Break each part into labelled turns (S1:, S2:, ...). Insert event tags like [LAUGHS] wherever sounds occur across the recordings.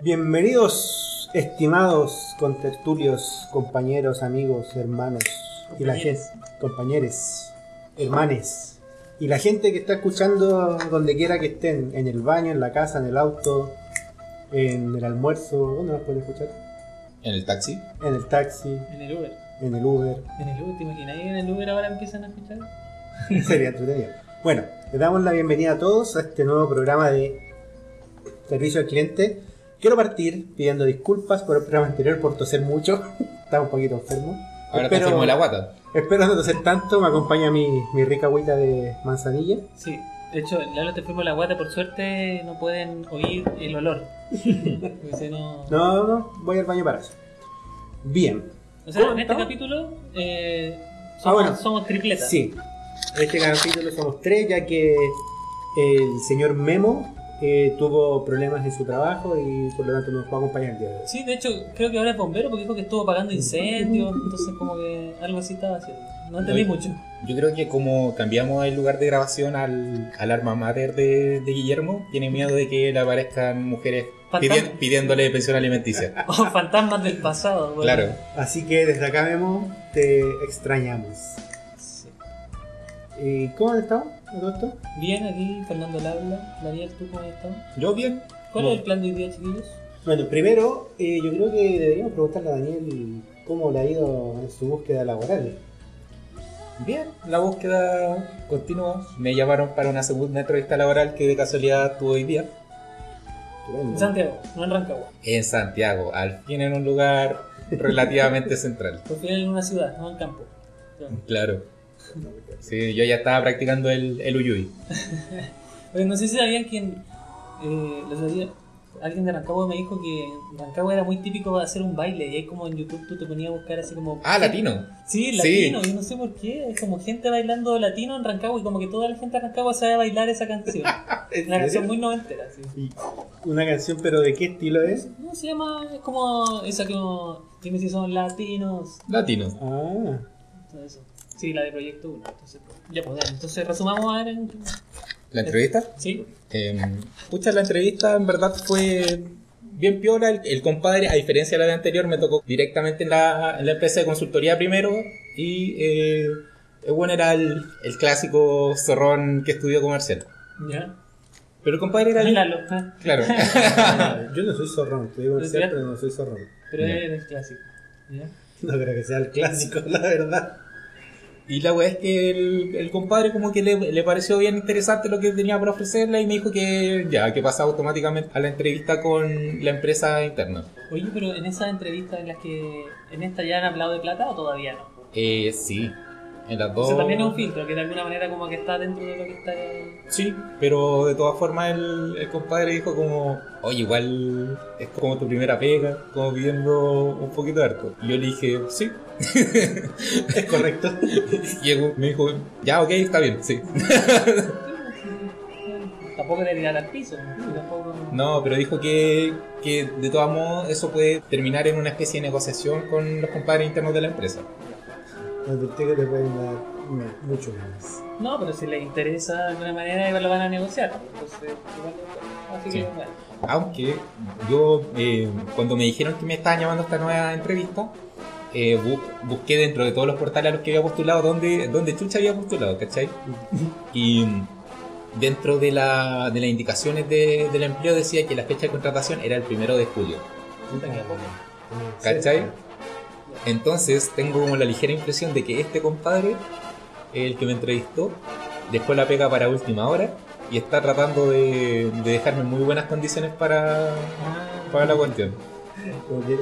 S1: Bienvenidos, estimados contertulios, compañeros, amigos, hermanos y la gente, compañeros, hermanes y la gente que está escuchando donde quiera que estén, en el baño, en la casa, en el auto, en el almuerzo, ¿dónde más pueden escuchar?
S2: ¿En el taxi?
S1: En el taxi,
S3: En el Uber.
S1: en el Uber,
S3: En el Uber, ¿te imaginas? ¿En el Uber ahora empiezan a escuchar?
S1: Sería entretenido. Bueno, les damos la bienvenida a todos a este nuevo programa de servicio al cliente. Quiero partir pidiendo disculpas por el programa anterior por toser mucho. [LAUGHS] Estaba un poquito enfermo.
S2: Ahora te
S1: Espero-
S2: enfermo de la guata.
S1: Espero no toser tanto. Me acompaña mi, mi rica agüita de manzanilla.
S3: Sí. De hecho, Lalo te fuimos la guata, por suerte no pueden oír el
S1: [LAUGHS]
S3: olor. Porque si no...
S1: No, no, voy al baño para eso. Bien.
S3: O sea,
S1: ¿Cómo
S3: en este
S1: estamos?
S3: capítulo eh, somos,
S1: Ah, bueno.
S3: somos tripletas.
S1: Sí. En este capítulo somos tres, ya que el señor Memo eh, tuvo problemas en su trabajo y por lo tanto nos va a acompañar el día de hoy.
S3: Sí, de hecho, creo que ahora es bombero porque dijo que
S1: [LAUGHS]
S3: estuvo apagando incendios, entonces como que algo así estaba haciendo. No entendí
S2: Oye.
S3: mucho.
S2: Yo creo que como cambiamos el lugar de grabación al, al arma mater de, de Guillermo, tiene miedo de que le aparezcan mujeres
S3: Fantasma. [LAUGHS]
S2: pidien- pidiéndole pensión [LAUGHS] alimenticia.
S3: O fantasmas del
S1: [LAUGHS]
S3: pasado. bueno.
S2: claro.
S1: Así que desde acá, Memo, te extrañamos.
S3: Sí.
S1: ¿Y cómo han estado a todo esto?
S3: Bien, aquí Fernando Labla. Daniel, ¿tú cómo has estado?
S2: Yo bien.
S3: ¿Cuál
S2: No.
S3: es el plan de hoy día, chiquillos?
S1: Bueno, primero, eh, yo creo que deberíamos preguntarle a Daniel cómo le ha ido en su búsqueda laboral.
S2: Bien, la búsqueda continúa. Me llamaron para una segunda entrevista laboral que de casualidad tuve hoy día.
S1: Estupendo.
S3: En Santiago, no en Rancagua.
S2: En Santiago, al fin en un lugar [LAUGHS] relativamente central.
S3: Por fin en una ciudad, no en campo.
S2: Claro. Sí, yo ya estaba practicando el, el uyuy.
S3: Oye, no sé si sabían que en, eh, el otro día alguien de Rancagua me dijo que en Rancagua era muy típico hacer un baile y ahí como en YouTube tú te ponías a buscar así como...
S2: Ah, latino.
S3: Sí,
S2: Sí.
S3: latino, yo no sé por qué, es como gente bailando latino en Rancagua y como que toda la gente de Rancagua sabe bailar esa canción.
S1: ¿En
S3: Una canción
S1: serio?
S3: muy noventera, sí.
S1: Y Una canción, pero ¿de qué estilo es?
S3: No, se llama, es como esa como... Dime si son latinos,
S2: Latino.
S1: [LAUGHS] Ah,
S3: todo eso. Sí, la de Proyecto 1, entonces... pues, Ya, pues, dale, entonces resumamos a ver en...
S2: ¿La entrevista?
S3: Sí,
S2: Eh, pucha, la entrevista en verdad fue bien piola. El, el compadre, a diferencia de la de anterior, me tocó directamente en la, en la empresa de consultoría primero. Y eh, el bueno era el, el clásico zorrón que estudió comercial.
S3: ya.
S2: Pero el compadre era bien.
S3: Lalo, ah, [LAUGHS]
S2: Claro.
S1: Ah, yo no soy zorrón, te digo en
S3: ¿Pero
S1: serio,
S3: ya?
S1: pero no soy zorrón.
S3: pero
S2: Ya.
S3: eres clásico. ¿ya?
S1: No creo que sea el clásico, la verdad.
S2: Y la weá es que el, el compadre como que le, le pareció bien interesante lo que tenía para ofrecerle y me dijo que ya, que pasaba automáticamente a la entrevista con la empresa interna.
S3: Oye, pero en esas entrevistas en las que. ¿En esta ya han hablado de plata o todavía no?
S2: Eh, sí, en las
S3: O
S2: dos...
S3: sea, también es un filtro que de alguna manera como que está dentro de lo que está.
S2: Sí, pero de todas formas el, el compadre dijo como, oye, igual es como tu primera pega, como pidiendo un poquito de harto. Y yo le dije, sí, [LAUGHS]
S1: Es [LAUGHS] correcto.
S2: y él me dijo, ya, ok, está bien, sí.
S3: Tampoco le tirar al piso. ¿no? Tampoco...
S2: No, pero dijo que, que de todos modos eso puede terminar en una especie de negociación con los compadres internos de la empresa.
S1: Advertí que te pueden dar no, mucho más.
S3: No, pero si les interesa de alguna manera, igual lo van a negociar. Entonces, igual. Así
S2: Sí.
S3: que bueno.
S2: Aunque yo, eh, cuando me dijeron que me estaban llamando a esta nueva entrevista, eh, bu- busqué dentro de todos los portales a los que había postulado dónde, dónde Chucha había postulado, ¿cachai? Y mm, dentro de, la, de las indicaciones de- del empleo decía que la fecha de contratación era el primero de julio.
S3: Puta, que a poco.
S1: Ah,
S2: ¿Cachai? Entonces tengo como la ligera impresión de que este compadre, el que me entrevistó, después la pega para última hora y está tratando de, de dejarme en muy buenas condiciones para, para la cuestión.
S1: Como que-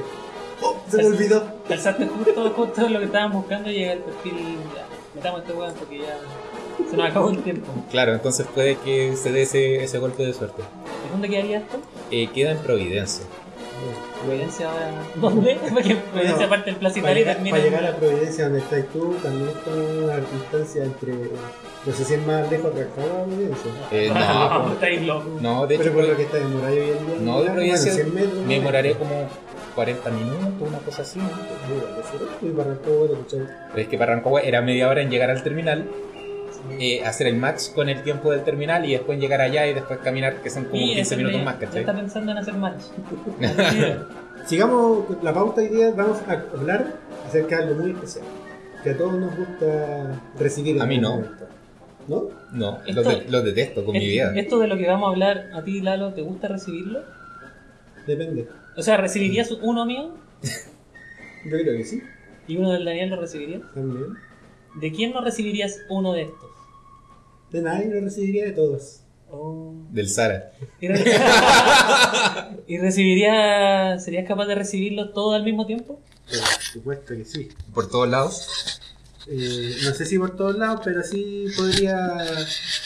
S1: ¡Oh, se me olvidó.
S3: Calzaste justo, justo lo que estábamos buscando y llega el perfil. Ya, metamos este weón porque ya se nos acabó el tiempo.
S2: Claro, entonces puede que se dé ese, ese golpe de suerte.
S3: ¿Y dónde quedaría esto?
S2: Eh, queda en Providencia.
S3: Providencia ahora. ¿Dónde?
S1: [LAUGHS]
S3: Porque Providencia parte del Plaza
S1: Para
S3: Italia y
S1: llegar,
S3: termina.
S1: para llegar
S3: en-
S1: a Providencia, donde estás tú, también está una distancia entre. No sé si es más lejos de acá o Providencia.
S2: Eh,
S3: [LAUGHS]
S1: [LAUGHS]
S3: Ah,
S2: no,
S3: estáis locos.
S2: no, de
S1: Pero por lo
S2: hecho, pues,
S1: que está demorado hoy en día.
S2: No, de
S1: bueno,
S2: Providencia
S1: 100 metros,
S2: me
S1: ¿no?
S2: demoraré como 40 minutos, una cosa así. ¿no?
S1: Mira, de sur, uy, Barranco, bueno, escuchar.
S2: Pero es que para Rancagua era media hora en llegar al terminal, eh, hacer el match con el tiempo del terminal y después llegar allá y después caminar, que son como
S3: Y
S2: 15
S3: ese
S2: minutos
S3: ya-
S2: más,
S3: ya
S2: ¿cachai?
S3: está pensando en hacer
S2: [LAUGHS]
S3: match. Así era.
S1: Sigamos con la pauta hoy día, vamos a hablar acerca de algo muy especial. Que a todos nos gusta recibir. en
S2: A mí
S1: algún
S2: no.
S1: momento. ¿No?
S2: No,
S3: Esto-
S2: los, de- los detesto con mi vida.
S3: Es- Esto de lo que vamos a hablar a ti, Lalo, ¿te gusta recibirlo?
S1: Depende.
S3: O sea, ¿recibirías
S2: Mm.
S3: uno mío
S1: Yo creo que sí,
S3: y uno del Daniel lo recibirías?
S1: también.
S3: ¿De quién no recibirías uno de estos?
S1: De nadie lo recibiría de todos.
S3: Oh.
S2: Del Sara.
S3: Y,
S2: [LAUGHS]
S3: re- [LAUGHS] y recibiría. ¿Serías capaz de recibirlo todo al mismo tiempo?
S1: Por supuesto que sí.
S2: Por todos lados.
S1: Eh, no sé si por todos lados, pero sí podría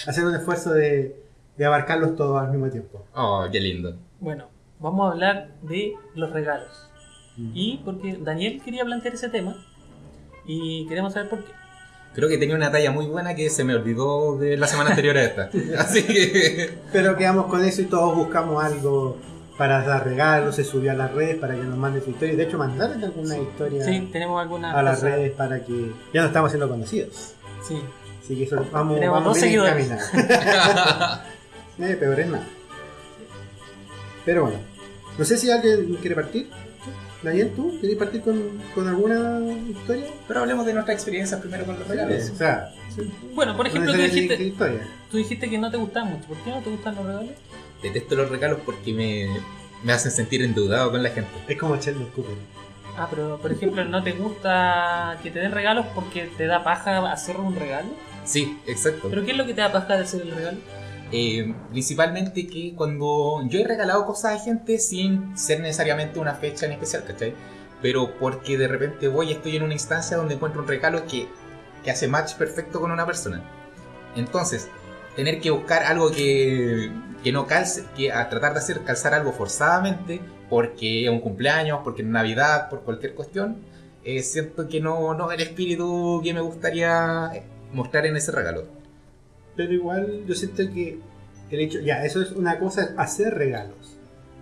S1: hacer un esfuerzo de, de abarcarlos todos al mismo tiempo.
S2: Oh, qué lindo.
S3: Bueno, vamos a hablar de los regalos. Y porque Daniel quería plantear ese tema y queremos saber por qué.
S2: Creo que tenía una talla muy buena que se me olvidó de la semana anterior a
S3: [LAUGHS]
S2: esta. Así que.
S1: Pero quedamos con eso y todos buscamos algo para dar regalos, se subió a las redes para que nos manden su historia. De hecho, mandaron alguna historia
S3: Sí, tenemos algunas.
S1: a las
S3: cosas.
S1: redes para que ya nos estamos siendo conocidos.
S3: Sí.
S1: Así que eso vamos,
S3: Tenemos
S1: vamos
S3: dos
S1: bien
S3: seguidores.
S1: encaminados. [LAUGHS] Eh, peor es nada. Pero bueno, no sé si alguien quiere partir. Daniel, ¿tú querés partir con, con alguna historia?
S2: Pero hablemos de nuestra experiencia primero con los regalos.
S1: O sea,
S3: Bueno, por
S1: no
S3: ejemplo, tú
S1: necesariamente
S3: dijiste,
S1: historia.
S3: tú dijiste que no te gustan mucho. ¿Por qué no te gustan los regalos?
S2: Detesto los regalos porque me, me hacen sentir endeudado con la gente.
S1: Es como Sheldon Cooper.
S3: Ah, pero por ejemplo, no te gusta que te den regalos porque te da paja hacer un regalo.
S2: Sí, exacto.
S3: ¿Pero qué es lo que te da paja de hacer el regalo?
S2: Eh, principalmente que cuando yo he regalado cosas a gente sin ser necesariamente una fecha en especial, ¿cachai? Pero porque de repente voy y estoy en una instancia donde encuentro un regalo que, que hace match perfecto con una persona. Entonces, tener que buscar algo que, que no calce, que a tratar de hacer calzar algo forzadamente, porque es un cumpleaños, porque es Navidad, por cualquier cuestión, eh, siento que no, no es el espíritu que me gustaría mostrar en ese regalo.
S1: Pero igual yo siento que el hecho, ya, eso es una cosa, hacer regalos.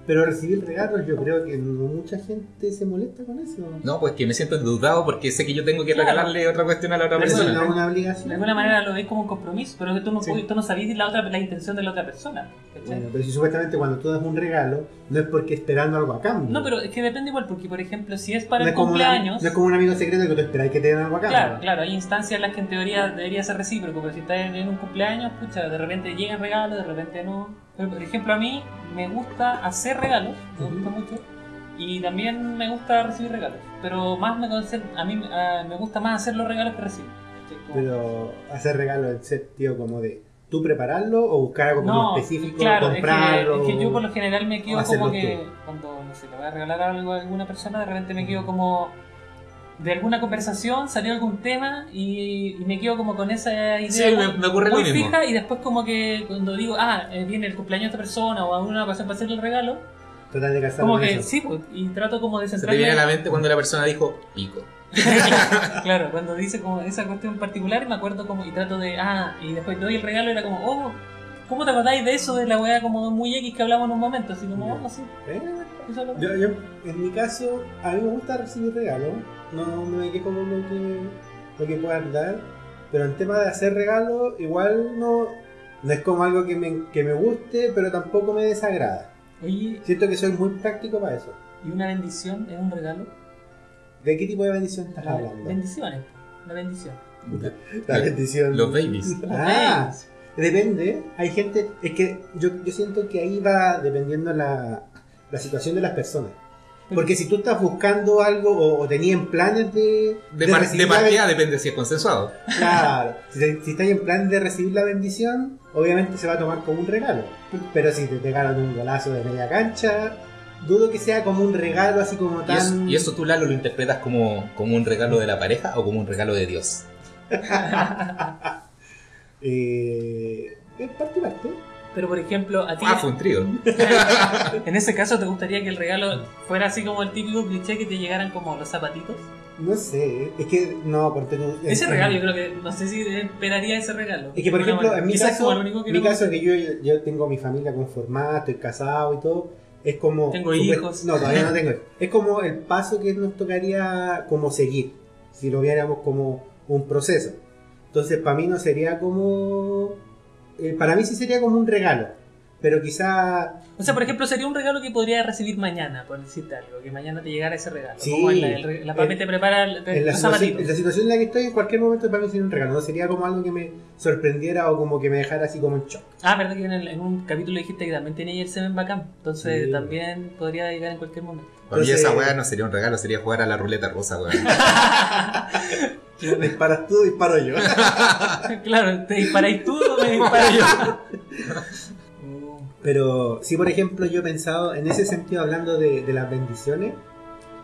S1: Pero recibir regalos yo creo que no mucha gente se molesta con eso.
S2: No, pues que me siento endeudado porque sé que yo tengo que
S3: Claro.
S2: regalarle otra cuestión a la otra
S1: Pero eso
S2: persona.
S1: no es una
S3: De
S1: obligación.
S3: alguna manera lo ves como un compromiso, pero que tú no,
S1: Sí.
S3: tú no sabías la, otra, la intención de la otra persona. ¿cachai?
S1: Bueno, pero si supuestamente cuando tú das un regalo, no es porque esperando algo a cambio.
S3: No, pero es que depende igual, porque por ejemplo, si es para
S1: no
S3: el
S1: es como una-
S3: cumpleaños.
S1: no es como un amigo secreto que tú esperas que te den algo a cambio.
S3: Claro, claro, hay instancias en las que en teoría debería ser recíproco, pero si estás en, en un cumpleaños, pucha, de repente llegan regalos, de repente no. Pero por ejemplo, a mí me gusta hacer regalos, me
S1: Ujú.
S3: gusta mucho, y también me gusta recibir regalos, pero más me concent- a mí ah, me gusta más hacer los regalos que recibir. ¿cachai? Como-
S1: Pero hacer regalos en sentido como de tú prepararlo o buscar algo como
S3: No,
S1: específico,
S3: claro, es que-
S1: comprarlo.
S3: Es que, yo por lo general me quedo
S1: hacerlo
S3: como que
S1: tú.
S3: cuando no sé, le voy a regalar algo a alguna persona, de repente me quedo como de alguna conversación, salió algún tema y, y me quedo como con esa idea
S2: Sí, me,
S3: muy,
S2: me ocurre lo
S3: muy
S2: mismo.
S3: fija y después como que cuando digo, ah, eh, viene el cumpleaños de otra persona o alguna ocasión para hacerle el regalo,
S1: Tratar de casarlo
S3: como
S1: con
S3: que
S1: eso.
S3: sí, pues, y trato como de
S2: Se te viene a la
S3: centrarme.
S2: mente cuando la persona dijo pico.
S3: [LAUGHS] claro, cuando dice como esa cuestión en particular me acuerdo como y trato de, ah, y después doy el regalo y era como, oh, ¿cómo te acordáis de eso de la weá como muy X que hablamos en un momento? Así como,
S1: Ya.
S3: oh, sí.
S1: ¿Eh?
S3: Eso es lo-
S1: Yo, yo, en mi caso, a mí me gusta recibir regalos. No me quejo con lo que, lo que puedan dar. Pero en tema de hacer regalos, igual no, no es como algo que me, que me guste, pero tampoco me desagrada.
S3: Oye,
S1: Siento que soy muy práctico para eso.
S3: ¿y una bendición es un regalo?
S1: ¿De qué tipo de bendición estás
S3: La-
S1: hablando?
S3: Bendiciones, la bendición.
S1: La [LAUGHS] bendición.
S2: Los babies.
S1: Ah,
S3: Los reyes.
S1: Depende, hay gente, es que yo, yo siento que ahí va dependiendo la, la situación de las personas. Porque si tú estás buscando algo o, o tenías planes de...
S2: De, par-
S1: recibir
S2: de
S1: la
S2: partida depende si es consensuado.
S1: Claro, si, te- si estás en plan de recibir la bendición, obviamente se va a tomar como un regalo. Pero si te pegaron un golazo de media cancha, dudo que sea como un regalo así como
S2: Y es-
S1: tan.
S2: y eso tú, Lalo, lo interpretas como, como un regalo de la pareja o como un regalo de Dios.
S1: Eh, es parte y parte.
S3: Pero por ejemplo, a ti.
S2: Ah, fue un trío.
S3: En ese caso, ¿te gustaría que el regalo fuera así como el típico cliché que te llegaran como los zapatitos?
S1: No sé, es que no, porque tú-
S3: Ese
S1: eh,
S3: regalo, yo creo que no sé si esperaría ese regalo.
S1: Es que, por
S3: De alguna
S1: ejemplo,
S3: manera.
S1: en mi
S3: Quizás
S1: caso,
S3: como lo único que
S1: mi
S3: no-
S1: caso que yo, yo tengo mi familia conformada, estoy casado y todo, es como...
S3: Tengo hijos.
S1: No, todavía
S3: [LAUGHS]
S1: no tengo hijos. Es como el paso que nos tocaría como seguir, si lo viéramos como un proceso. Entonces, para mí no sería como... eh, para mí sí sería como un regalo, pero quizá...
S3: O sea, por ejemplo, sería un regalo que podría recibir mañana, por decirte algo, que mañana te llegara ese regalo.
S1: Sí.
S3: Como en la, el re- la papi
S1: En-
S3: te prepara el- te-
S1: En la,
S3: los
S1: situación,
S3: zapatitos.
S1: en la situación en la que estoy, en cualquier momento para mí sería un regalo. No sería como algo que me sorprendiera o como que me dejara así como en shock.
S3: Ah, verdad que en, el- en un capítulo dijiste que también tenía el semen bacán, entonces
S1: Sí.
S3: también podría llegar en cualquier momento. [LAUGHS]
S2: Para mí
S1: Entonces-
S2: esa weá no sería un regalo, sería jugar a la ruleta rusa, weón.
S1: Disparas tú, disparo
S3: [LAUGHS]
S1: yo.
S3: claro, te disparáis tú o me disparo yo.
S1: [LAUGHS] Pero sí, por ejemplo, yo he pensado en ese sentido, hablando de, de las bendiciones,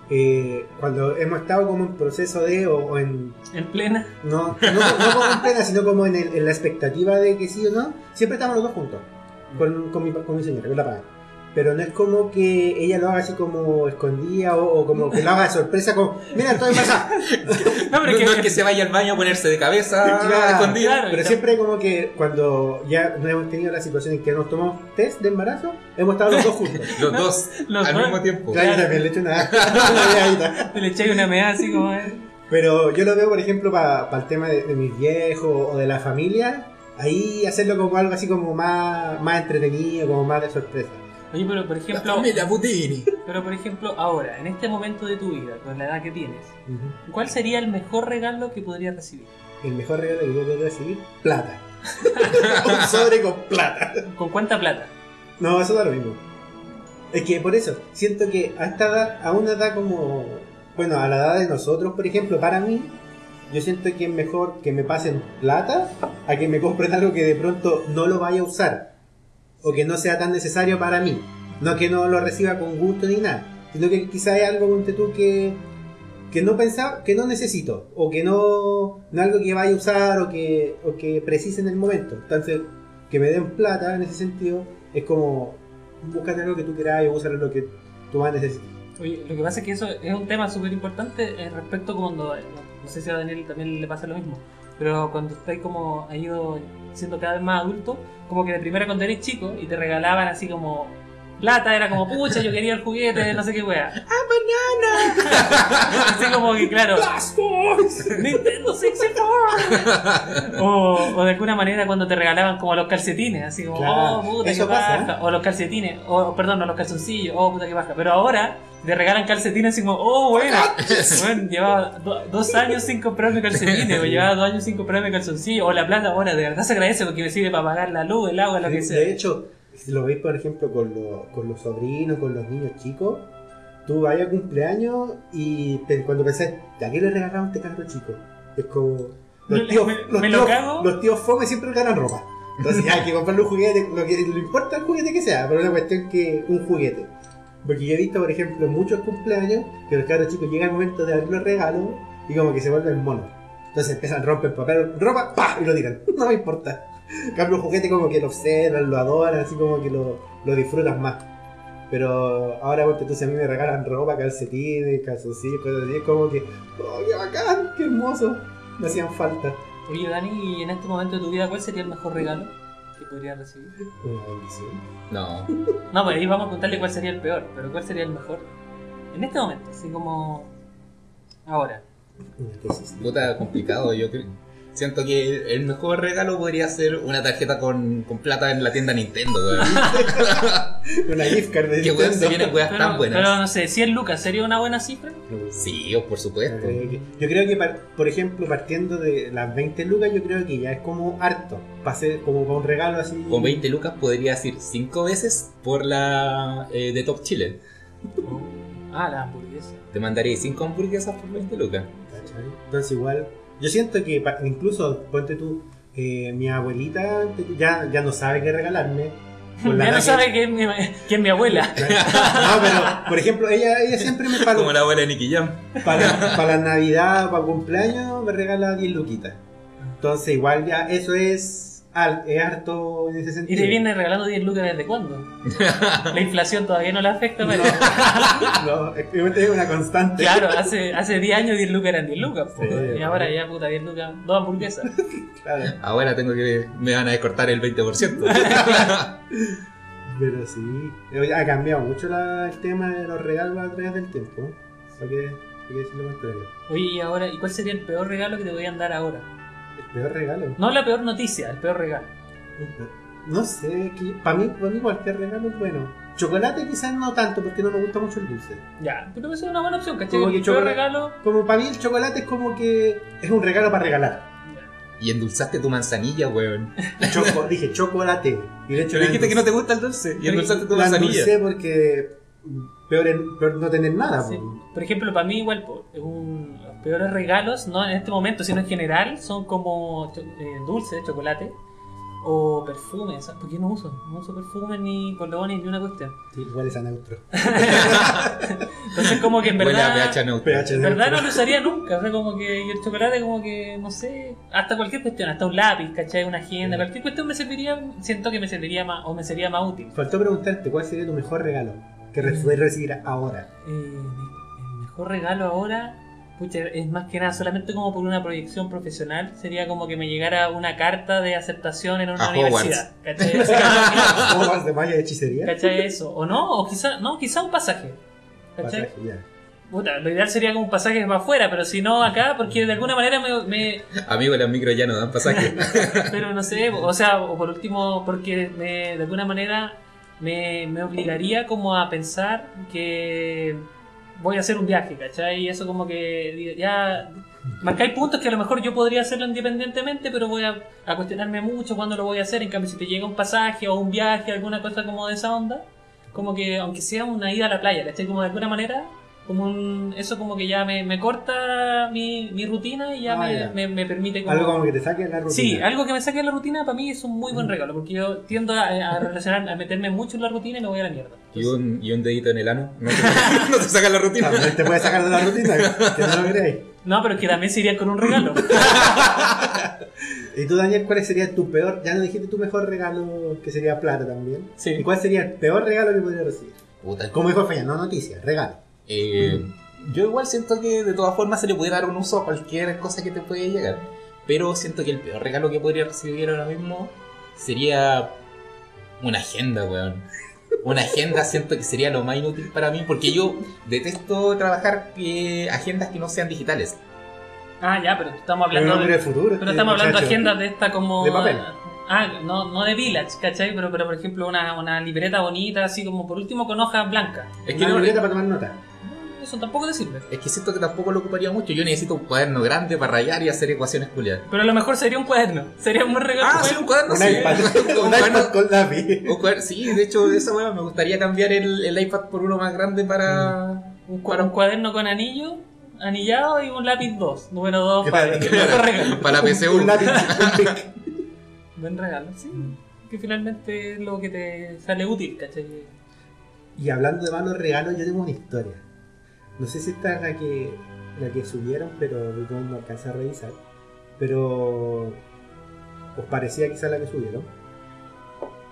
S1: eh, cuando hemos estado como en proceso de, o, o en,
S3: en plena.
S1: no, no, no como en pena, sino como en, el- en la expectativa de que sí o no, siempre estamos los dos juntos, con, con mi, con mi señora, con la paga. Pero no es como que ella lo haga así como escondida o, o como que lo haga de sorpresa, como, mira, estoy embarazada.
S3: No, pero
S2: no,
S3: que,
S2: no es que se vaya al baño a ponerse de cabeza
S1: Claro.
S2: escondido.
S3: Claro.
S1: Pero siempre como que cuando ya no hemos tenido la situación en que nos tomamos test de embarazo, hemos estado los dos juntos.
S2: Los dos
S3: Los
S2: al
S3: dos.
S2: mismo tiempo.
S1: Claro, yo también le he hecho una- [LAUGHS] una miradita.
S3: te le echáis una meada así como... eh.
S1: Pero yo lo veo, por ejemplo, para el tema de, de mis viejos o de la familia, ahí hacerlo como algo así como más, más entretenido, como más de sorpresa.
S3: [LAUGHS] Oye, pero por ejemplo,
S2: familia Putini.
S3: pero por ejemplo, ahora, en este momento de tu vida, con la edad que tienes, ¿cuál sería el mejor regalo que podrías recibir?
S1: El mejor regalo que yo puedo recibir, plata. [LAUGHS] Un sobre con plata.
S3: ¿Con cuánta plata?
S1: No, eso da lo mismo. Es que por eso, siento que a esta edad, a una edad como, bueno, a la edad de nosotros, por ejemplo, para mí, yo siento que es mejor que me pasen plata a que me compren algo que de pronto no lo vaya a usar o que no sea tan necesario para mí. No que no lo reciba con gusto ni nada, sino que quizá hay algo ponte tú que, que no pensaba, que no necesito o que no, no algo que vaya a usar o que, o que precise en el momento. Entonces, que me den plata en ese sentido es como búscate algo que tú quieras y usar lo que tú vas a necesitar.
S3: Oye, lo que pasa es que eso es un tema súper importante eh, respecto cuando, eh, no, no sé si a Daniel también le pasa lo mismo, pero cuando estáis como, ha ido siendo cada vez más adulto, como que de primera cuando eres chico y te regalaban así como plata, era como, pucha, yo quería el juguete, no sé qué wea. [LAUGHS] ¡Ah, banana! [LAUGHS] así como que, claro,
S1: [LAUGHS]
S3: Nintendo 64. [LAUGHS] o, o de alguna manera cuando te regalaban como los calcetines, así como,
S1: Claro,
S3: oh, puta,
S1: eso
S3: que
S1: pasa, ¿eh?
S3: baja. O los calcetines, o perdón, no los calzoncillos, oh, puta, que baja. Pero ahora te regalan calcetines así como, oh, bueno. Bueno, llevaba do- dos años sin comprarme calcetines, o llevaba dos años sin comprarme calzoncillos, o la plata ahora, de verdad se agradece porque me sirve para pagar la luz, el agua, lo que
S1: De,
S3: sea.
S1: de hecho, si lo veis por ejemplo con, los- con los sobrinos, con los niños chicos, tú vas a cumpleaños y pe- cuando pensás, ¿a qué le regalaron este carro chico? Es como...
S3: Me-
S1: Los tíos,
S3: me-
S1: los
S3: me lo
S1: tíos,
S3: cago.
S1: los tíos fome siempre ganan ropa.
S3: [LAUGHS]
S1: Entonces ya hay que comprarle un juguete, lo que no importa el juguete que sea, pero es una cuestión que un juguete. Porque yo he visto, por ejemplo, en muchos cumpleaños que los carros chicos llega el momento de abrir los regalos y como que se vuelven monos. Entonces empiezan a romper papel, ropa, ¡pah! y lo tiran. [LAUGHS] No me importa. En Cambio un juguete como que lo observan, lo adoran, así como que lo, lo disfrutas más. Pero ahora, porque tú, si a mí me regalan ropa, calcetines, calzoncillos, cosas así, es como que, ¡oh, qué bacán! ¡Qué hermoso! Me hacían falta.
S3: Oye, Dani, ¿y en este momento de tu vida cuál sería el mejor regalo que podrías recibir?
S1: Una bendición.
S2: No.
S3: No, pues ahí vamos a contarle cuál sería el peor, pero cuál sería el mejor. En este momento, así como ahora.
S1: Una tesis.
S2: Puta, complicado, yo creo. Siento que el- el mejor regalo podría ser una tarjeta con, con plata en la tienda Nintendo, [LAUGHS] weón.
S1: [LAUGHS] Una gift card de
S2: que weón se
S1: Nintendo.
S2: vienen weas
S3: Pero,
S2: tan buenas.
S3: pero no sé, 100 lucas, ¿sería una buena cifra?
S2: Sí, oh, por supuesto.
S1: Eh, Yo creo que, par- por ejemplo, partiendo de las 20 lucas, yo creo que ya es como harto. Pasé como para un regalo así.
S2: Con 20 lucas podrías ir 5 veces por la eh, de Top Chile.
S3: Ah, la hamburguesa.
S2: Te mandaría 5 hamburguesas por 20 lucas.
S1: ¿Cachai? Entonces igual, yo siento que pa- incluso, ponte tú, eh, mi abuelita te- ya, ya no sabe qué regalarme.
S2: [LAUGHS]
S1: Con la
S3: Ya
S1: edad
S3: no
S1: que-
S3: sabe quién es mi, quién es mi abuela.
S1: [LAUGHS] No, pero por ejemplo, ella, ella siempre me para,
S2: Ah, Como la abuela de Nicky Jam.
S1: para, para la Navidad, para cumpleaños, me regala 10 luquitas. Entonces igual ya eso es al- es harto en ese
S3: Y
S1: sentido.
S3: te viene regalando 10 lucas desde cuándo. La inflación todavía no le afecta, pero
S1: [LAUGHS] No, es una constante.
S3: claro, hace, hace 10 años 10 lucas eran 10 lucas. po.
S2: Sí,
S3: y ahora ya, puta, 10 lucas, dos hamburguesas.
S1: Claro.
S2: Ahora tengo que. Me van a descortar el [LAUGHS] 20%.
S1: Pero sí, eh, ha cambiado mucho la- el tema de los regalos a través del tiempo. ¿eh? ¿Para qué, para qué decir lo contrario?
S3: Oye, y ahora, ¿y cuál sería el peor regalo que te podían dar ahora?
S1: El peor regalo.
S3: No la peor noticia, el peor regalo.
S1: No sé, para mí, para mí cualquier regalo es bueno. Chocolate quizás no tanto porque no me gusta mucho el dulce.
S3: Ya, pero eso es una buena opción, ¿cachai?
S1: Como que
S3: El peor
S1: chocolate.
S3: regalo.
S1: Como para mí el chocolate es como que es un regalo para regalar.
S3: ya.
S2: y endulzaste tu manzanilla, weón.
S1: Choco, dije chocolate. Y de hecho
S2: Pero
S1: la
S2: dijiste que no te
S1: endulcé.
S2: gusta el dulce. Y
S1: Pero
S2: endulzaste tu
S1: la
S2: manzanilla.
S1: endulcé porque peor, en- peor no tener nada.
S3: Sí.
S1: po.
S3: Por ejemplo, para mí, igual, po, es un- los peores regalos, no en este momento, sino en general, son como cho- eh, dulces, chocolate o perfumes. ¿sabes? ¿Por qué no uso? No uso perfumes ni colones ni una cuestión.
S1: Sí, igual es a neutro.
S3: Entonces, como que en
S2: [LAUGHS] Huele a
S3: verdad.
S2: pH neutro.
S1: pH
S3: En verdad no
S1: neutro.
S3: lo usaría nunca, o sea, como que y el chocolate, como que, no sé, hasta cualquier cuestión, hasta un lápiz, ¿cachai? Una agenda,
S1: Sí.
S3: cualquier cuestión me serviría, siento que me serviría más, o me sería más útil.
S1: Faltó preguntarte cuál sería tu mejor regalo que re- puedes recibir [LAUGHS] ahora.
S3: Eh, el mejor regalo ahora, pucha, es más que nada, solamente como por una proyección profesional, sería como que me llegara una carta de aceptación en una
S2: A Hogwarts.
S3: universidad. ¿Cachai? Así
S1: [LAUGHS]
S3: como,
S1: ¿Cómo vas de malla de hechicería?
S3: ¿Cachai eso? O no, o quizá, no, quizá un pasaje. ¿Cachai?
S1: Pasaje, ya.
S3: Puta, lo ideal sería como un pasaje para afuera, pero si no acá, porque de alguna manera me- me,
S2: Amigo, las micro ya no dan pasaje.
S3: Pero no sé, o sea, o por último, porque me, de alguna manera me, me obligaría como a pensar que voy a hacer un viaje, ¿cachai? Y eso como que digo, ya... Marcáis puntos que a lo mejor yo podría hacerlo independientemente, pero voy a, a cuestionarme mucho cuándo lo voy a hacer. En cambio, si te llega un pasaje o un viaje, alguna cosa como de esa onda, como que aunque sea una ida a la playa, ¿cachai? Como de alguna manera, como un- eso como que ya me, me corta mi, mi rutina y ya,
S1: Ah,
S3: me,
S1: ya.
S3: me- me permite como...
S1: Algo como que te saque la rutina.
S3: Sí, algo que me saque de la rutina para mí es un muy buen regalo, porque yo tiendo a, a relacionar, a meterme mucho en la rutina y me voy a la mierda.
S2: Y un, y un dedito en el [LAUGHS] ano. No te, no te saca Ah, la rutina.
S1: También te puede sacar de la
S3: [LAUGHS]
S1: rutina, que no lo creáis.
S3: No, pero es que también se iría con
S1: [LAUGHS]
S3: un regalo.
S1: ¿Y tú, Daniel, cuál sería tu peor? Ya no dijiste tu mejor regalo, que sería plata también. ¿Y
S3: Sí.
S1: cuál sería el peor regalo que podrías recibir?
S2: Puta.
S1: Como dijo Feña, no noticias, regalo.
S2: Eh, yo igual siento que de todas formas se le puede dar un uso a cualquier cosa que te puede llegar. Pero siento que el peor regalo que podría recibir ahora mismo sería una agenda, weón. Una agenda siento que sería lo más inútil para mí porque yo detesto trabajar eh, agendas que no sean digitales.
S3: Ah, ya, pero estamos
S1: Pero un
S3: hablando
S1: hombre
S3: de,
S1: de futuro.
S3: pero
S1: este
S3: estamos hablando de
S1: muchacho.
S3: agendas de esta como...
S1: De papel.
S3: Ah, no, no de village, ¿cachai? Pero, pero por ejemplo una, una libreta bonita, así como por último con hojas blancas.
S2: Es que,
S1: Una
S2: no- eh,
S1: libreta para tomar nota.
S3: No, Eso tampoco te sirve.
S2: es que siento que tampoco lo ocuparía mucho. Yo necesito un cuaderno grande para rayar y hacer ecuaciones culiadas.
S3: Pero a lo mejor sería un cuaderno. [LAUGHS] Sería un buen regalo.
S2: Ah,
S3: Bueno,
S2: sí, un cuaderno,
S1: un
S2: sí.
S1: iPad.
S2: [LAUGHS] Un
S1: un
S2: cuaderno-
S1: iPad con lápiz.
S2: Un cuaderno, sí, de hecho, de esa weá me gustaría cambiar el, el iPad por uno más grande para.
S3: un, cua- un cuaderno con anillo, anillado y un lápiz 2, número 2
S1: Claro.
S3: para mejor regalo.
S2: para la PCU.
S1: Un
S2: [LAUGHS]
S1: lápiz, un pic.
S3: Buen regalo, sí.
S1: Mm.
S3: Que finalmente es lo que te sale útil, ¿cachai?
S1: Y hablando de malos regalos, yo tengo una historia. No sé si esta es la que, la que subieron, pero yo no alcancé a revisar. Pero os parecía quizás la que subieron.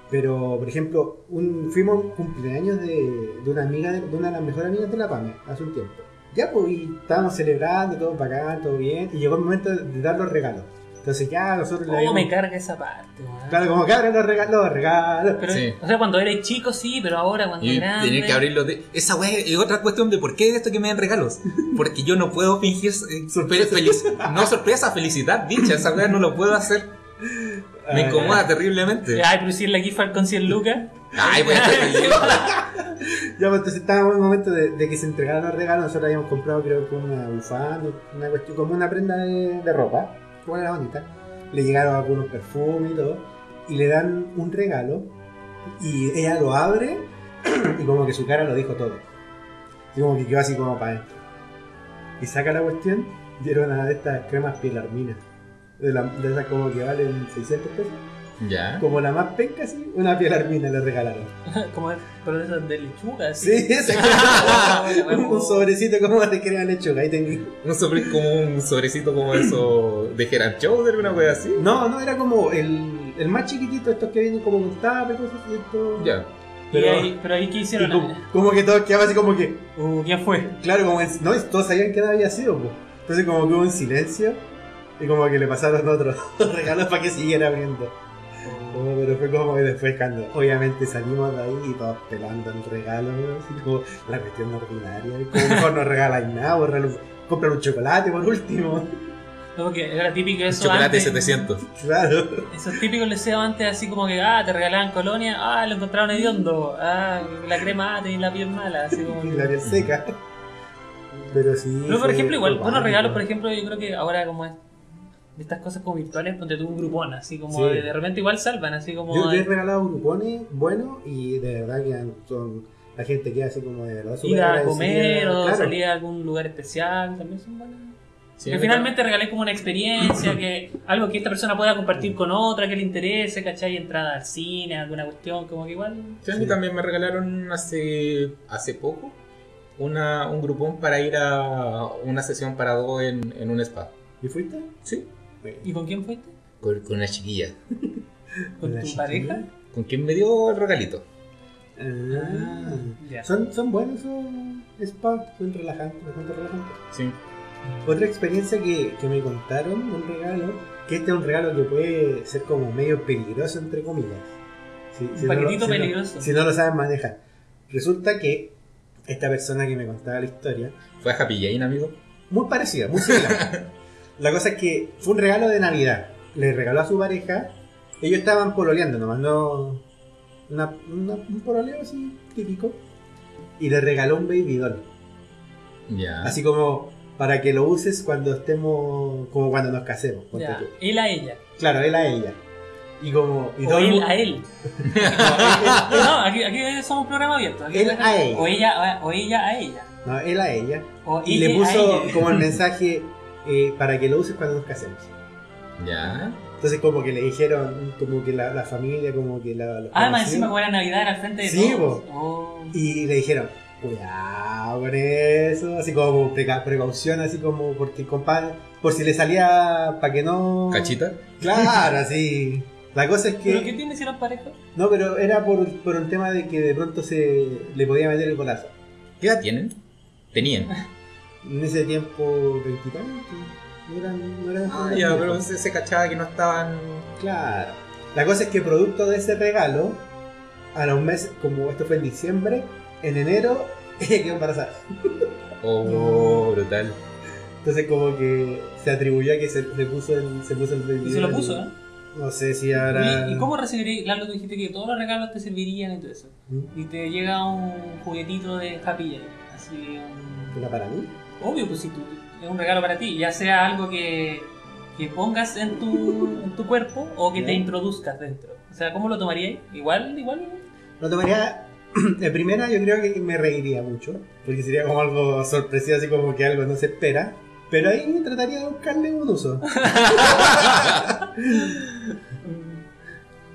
S1: Pero, por ejemplo, un, fuimos a un cumpleaños de, de una amiga, de, de una de las mejores amigas de la PAME hace un tiempo. Ya, pues, y estábamos celebrando, todo bacán, todo bien, y llegó el momento de, de dar los regalos. Entonces ya nosotros le
S3: ¿Cómo me
S1: dimos...
S3: carga esa parte, weón?
S1: Claro, como que abren los regalos, los regalos.
S3: Pero,
S2: Sí.
S3: O sea, cuando eres chico sí, pero ahora cuando
S2: Y
S3: grande...
S2: tener que abrirlo de. Esa weá es otra cuestión de por qué es esto que me dan regalos. Porque yo no puedo fingir. eh,
S1: Sorpresa.
S2: fe- felici- no sorpresa, felicidad, dicha. Esa weá no lo puedo hacer. Me
S1: Ay,
S2: incomoda terriblemente.
S3: Ay, pero si la Gifar con 100 lucas. [LAUGHS]
S2: Ay, voy a estar feliz.
S1: Ya, pues entonces estábamos en el momento de, de que se entregaran los regalos. Nosotros habíamos comprado, creo que una bufanda, una cuestión, como una prenda de, de ropa. Igual era bonita. Le llegaron algunos perfumes y todo. Y le dan un regalo. Y ella lo abre. [CLEARS THROAT] Y como que su cara lo dijo todo. Y como que quedó así como para adentro. Y saca la cuestión. Y era una de estas cremas pilarminas. De, la- de esas como que valen 600 pesos.
S2: Ya.
S1: Como la más penca, así. Una pielarmina le regalaron.
S3: como de- pero de esas de lechuga,
S1: Sí, [LAUGHS]
S3: así. [LAUGHS]
S1: esa un, un sobrecito como de crema lechuga, ahí tenía.
S2: Un sobre, como un sobrecito como eso de Gerard Chowder, una weá así.
S1: No, no, era como el, el más chiquitito, estos que vienen como con tapa y cosas así, estos-
S2: Ya.
S3: Pero,
S1: Pero-
S3: ahí, pero ahí, ¿qué hicieron?
S1: y como, como que todos quedaban así como que,
S3: Uh, ¿Quién fue?
S1: claro, como en- no, todos sabían que había sido, po. entonces como que hubo un silencio y como que le pasaron otros [LAUGHS] regalos para que siguiera viendo. Oh, pero fue como que después cuando obviamente salimos de ahí y todos pelando el regalo, ¿no? así como la cuestión ordinaria, y como mejor no regaláis nada, o regalo- comprar un chocolate por último, [LAUGHS]
S3: No, porque era típico eso
S2: Chocolate
S3: antes.
S2: 700.
S1: claro.
S3: Eso es típico les decía antes, así como que, ah, te regalaban colonia, ah, lo encontraron hediondo, ah, la crema, ah, tenés la piel mala, así
S1: [LAUGHS]
S3: como
S1: Y
S3: que-
S1: la piel seca. Pero sí.
S3: Pero Mm. por
S1: fue-
S3: ejemplo, igual,
S1: fue
S3: buenos regalos, por
S1: válido.
S3: ejemplo, yo creo que ahora como es de estas cosas como virtuales, donde tú un grupón, así como
S1: Sí.
S3: de, de repente igual salvan, así como...
S1: Yo, yo he
S3: eh,
S1: regalado grupones buenos y de verdad que han- son, la gente queda así como de verdad súper
S3: ir a
S1: agradecida.
S3: comer o
S1: Claro.
S3: salir a algún lugar especial, también son buenas.
S2: Sí,
S3: que
S2: acá-
S3: finalmente regalé como una
S1: [COUGHS]
S3: experiencia, que algo que esta persona pueda compartir con otra, que le interese, ¿cachai? Entrada al cine, alguna cuestión, como que igual...
S2: Sí, a mí
S1: Sí.
S2: también me regalaron hace, hace poco una, un grupón para ir a una sesión para dos en, en un spa.
S1: ¿Y fuiste? Pues,
S2: Sí.
S3: ¿Y con quién fuiste?
S2: Con, con una chiquilla.
S3: ¿Con
S1: ¿La
S3: tu
S1: chiquilla?
S3: pareja?
S2: ¿Con quien me dio el regalito?
S1: Ah.
S3: ya.
S1: Son, son buenos esos spa, son relajantes, bastante relajantes.
S2: Sí.
S1: Otra experiencia que, que me contaron, un regalo, que este es un regalo que puede ser como medio peligroso, entre comillas. Si- si no lo-
S3: paquetito
S1: si no-
S3: peligroso.
S1: si no lo saben manejar. Resulta que esta persona que me contaba la historia,
S2: Fue a Happy Jane, amigo.
S1: muy parecida, muy similar. la cosa es que fue un regalo de Navidad. Le regaló a su pareja. Ellos estaban pololeando, nomás no. una- una- un pololeo así típico. Y le regaló un baby doll.
S2: Ya.
S1: Así como para que lo uses cuando estemos. como cuando nos casemos. ponte
S3: Ya,
S1: tú.
S3: él a ella.
S1: Claro, él a ella. Y como. Y
S3: O
S1: todo el
S3: él
S1: mundo-
S3: a
S1: [LAUGHS]
S3: él.
S1: No, él-
S3: No, aquí, aquí somos un programa abierto. [LAUGHS] Aquí-
S1: Él a ella.
S3: O ella, ah, o ella a ella.
S1: no, él a ella.
S3: O
S1: Y
S3: ella
S1: le puso
S3: a ella. [LAUGHS]
S1: como el mensaje eh, para que lo uses cuando nos casemos.
S2: Ya.
S1: Entonces como que le dijeron, como que la, la familia, como que la... los
S3: Ah, más
S1: conocidos,
S3: encima como era Navidad era al frente de
S1: Sí,
S3: todos. Oh.
S1: Y le dijeron, cuidado con eso, así como preca- precaución, así como porque compadre, por si le salía para que no...
S2: ¿Cachita?
S1: Claro, así. La cosa es
S3: ¿Pero qué
S1: que... Eh,
S3: tiene si eran pareja?
S1: No, pero era por, por un tema de que de pronto se le podía meter el golazo.
S2: ¿Qué edad tienen? Tenían.
S1: En ese tiempo, veintitantos, no eran... No eran
S2: Ah,
S1: tan
S2: ya,
S1: viejos.
S2: pero se, se cachaba que no estaban.
S1: Claro. La cosa es que producto de ese regalo, a los meses, como esto fue en diciembre, en enero [LAUGHS] ella quedó embarazada.
S2: Oh, brutal.
S1: Entonces como que se atribuyó a que se, se puso el se puso el
S3: Y
S1: baby
S3: se lo
S1: doll.
S3: puso, ¿eh?
S1: No sé si ahora.
S3: ¿Y, y cómo recibiría? Lalo, tú dijiste que todos los regalos te servirían y todo eso.
S1: ¿Mm?
S3: Y te llega un juguetito de Happy Jam, Así, un-
S1: ¿Era para mí?
S3: Obvio, pues si tú, es un regalo para ti, ya sea algo que, que pongas en tu, en tu cuerpo o que te
S1: Ya.
S3: introduzcas dentro. O sea, ¿cómo lo tomarías? Igual, igual.
S1: Lo tomaría. [CLEARS THROAT] De primera yo creo que me reiría mucho. Porque sería como algo sorpresivo, así como que algo no se espera. Pero ahí trataría de buscarle un uso. Mm.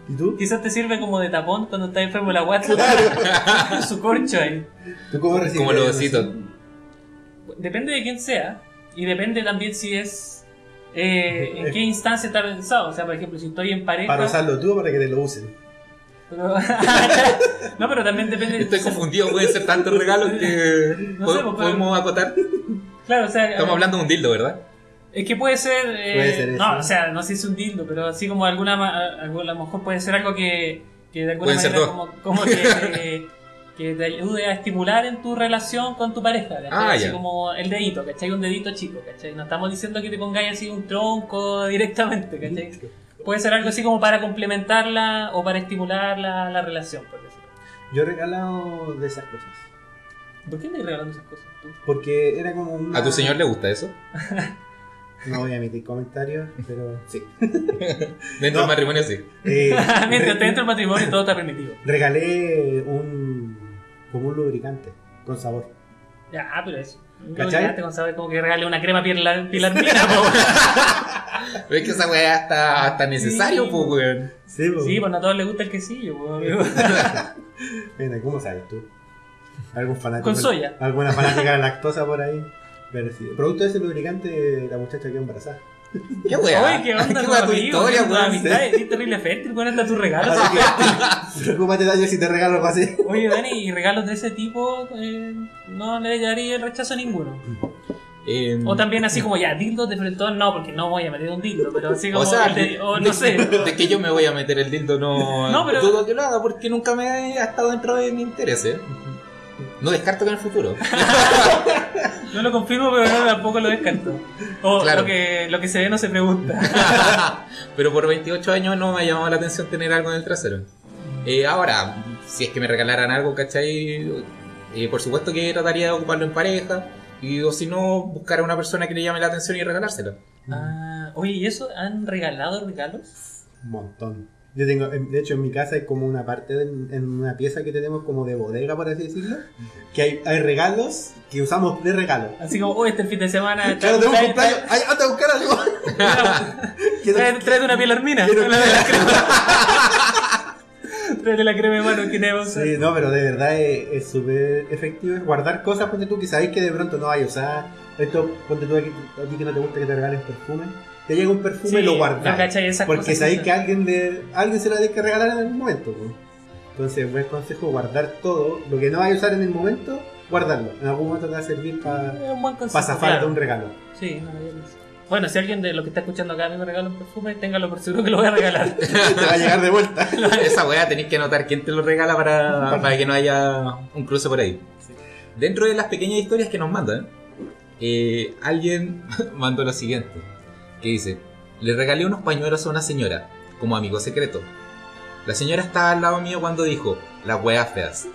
S1: ¿Y tú?
S3: Quizás te sirve como de tapón cuando estás enfermo de la guata. [LAUGHS] su corcho ahí.
S1: ¿Tú cómo recibes?
S2: Como los ositos.
S3: Depende de quién sea y depende también si es. eh, en qué instancia está pensado. O sea, por ejemplo, si estoy en pareja.
S1: Para usarlo tú o para que te lo usen.
S3: pero- [LAUGHS] no, pero también depende.
S2: Estoy confundido, pueden ser tantos regalos que.
S3: No sé,
S2: ¿pod-
S3: pues,
S2: podemos acotar.
S3: Claro, o sea.
S2: Estamos hablando de un dildo, ¿verdad?
S3: Es que puede ser. eh,
S1: Puede ser eso.
S3: No, o sea, no sé si es un dildo, pero así como alguna. ma- algo- A lo mejor puede ser algo que. que de alguna
S2: Pueden ser
S3: manera.
S2: dos.
S3: Como, como que. [LAUGHS] que te ayude a estimular en tu relación con tu pareja, ¿cachai?
S2: Ah,
S3: así
S2: ya.
S3: como el dedito, ¿cachai? Un dedito chico, ¿cachai? No estamos diciendo que te pongáis así un tronco [LAUGHS] directamente, ¿cachai? Puede ser algo así como para complementarla o para estimular la, la relación, por decirlo.
S1: Yo he regalado de esas cosas.
S3: ¿Por qué andas regalando esas cosas tú?
S1: Porque era como una...
S2: ¿A tu señor le gusta eso?
S1: No voy a emitir comentarios, pero sí.
S2: Dentro
S1: No.
S2: del matrimonio sí.
S1: Eh,
S3: Mientras
S1: re-
S3: te entra el matrimonio todo está permitido.
S1: Regalé un... como un lubricante con sabor.
S3: Ya, ah, pero eso.
S1: ¿Cachai?
S3: ¿Cachai? Te sabes como que regale una crema pilar, pilar fina, po.
S2: Pero es que esa weá está hasta necesario,
S3: Sí.
S2: pues, weón.
S1: Sí, po. [LAUGHS]
S3: Sí, pues no a todos les gusta el quesillo, po, amigo.
S1: Mira, ¿Cómo sabes tú? ¿Algún fanático?
S3: Con soya.
S1: ¿Alguna fanática de lactosa por ahí? Pero sí. Producto de ese lubricante, la muchacha quedó embarazada.
S2: ¿Qué weá?
S3: [LAUGHS] Oye, ¿qué onda
S2: [LAUGHS] ¿Qué
S3: tu
S2: weá tu
S3: amigo?
S2: historia,
S3: tu
S2: weón?
S3: amistad, es terrible fértil, weón, hasta tus regalos.
S2: [LAUGHS]
S1: [LAUGHS]
S4: Preocúpate, Daniel, si te regalo algo así.
S3: Oye, Dani, y regalos de ese tipo eh, no le daría el rechazo a ninguno.
S2: Eh,
S3: O también así como ya, dildo de frentón, no, porque no voy a meter un dildo, pero así como.
S2: O sea,
S3: el de- este, o
S2: de-
S3: no sé.
S2: [LAUGHS] De que yo me voy a meter el dildo, no,
S3: No, pero-
S2: dudo que lo haga porque nunca me ha estado dentro de mi interés. ¿eh? No descarto que en
S3: [LAUGHS]
S2: el futuro. [LAUGHS]
S3: No lo confirmo, pero no, tampoco lo descarto. O
S2: Claro.
S3: lo, que, lo que se ve no se pregunta.
S2: pero por 28 años no me ha llamado la atención tener algo en el trasero. Eh, ahora, si es que me regalaran algo, ¿cachai? Eh, por supuesto que trataría de ocuparlo en pareja. Y o si no, buscar a una persona que le llame la atención y regalárselo.
S3: Ah, oye, ¿y eso? ¿Han regalado regalos?
S1: Un montón. Yo tengo, en- de hecho, en mi casa hay como una parte, de- en una pieza que tenemos como de bodega, por así decirlo, que hay, hay regalos que usamos de regalo.
S3: Así como, oh, este fin de semana.
S4: Claro, tengo un
S3: trae-
S4: cumpleaños. Ay, anda a buscar algo.
S3: [LAUGHS] trae- Trae tráete una piel hermina. Tráete la
S1: [LAUGHS]
S3: crema. Tráete la crema de mano que te vamos a-
S1: Sí, no, pero de verdad es es súper efectivo. Es guardar cosas, ponte tú, que sabéis que de pronto no hay. O sea, esto, ponte tú aquí, a ti que no te gusta que te regalen perfume. Te llega un perfume y lo
S3: no,
S1: guardas.
S3: ¿cachai? Esas
S1: Porque
S3: cosas
S1: sabéis
S3: son-
S1: que alguien, le, alguien se lo tiene que regalar en algún momento. pues. Entonces, buen consejo, guardar todo. Lo que no vais a usar en el momento, guardarlo. En algún momento te va a servir para
S3: Es un buen consejo,
S1: zafar
S3: claro.
S1: de un regalo. [LAUGHS]
S3: Sí, no, yo no sé. Bueno, si alguien de los que está escuchando acá a mí me regala un perfume, téngalo por seguro que lo voy
S1: [LAUGHS]
S3: a regalar.
S4: Te va a llegar de
S3: [LAUGHS]
S4: vuelta.
S2: [LAUGHS] Esa weá tenéis que anotar quién te lo regala para, para que no haya un cruce por ahí. Dentro de las pequeñas historias que nos mandan, eh, alguien [LAUGHS] mandó lo siguiente, que dice, le regalé unos pañuelos a una señora, como amigo secreto. La señora estaba al lado mío cuando dijo, las weas feas.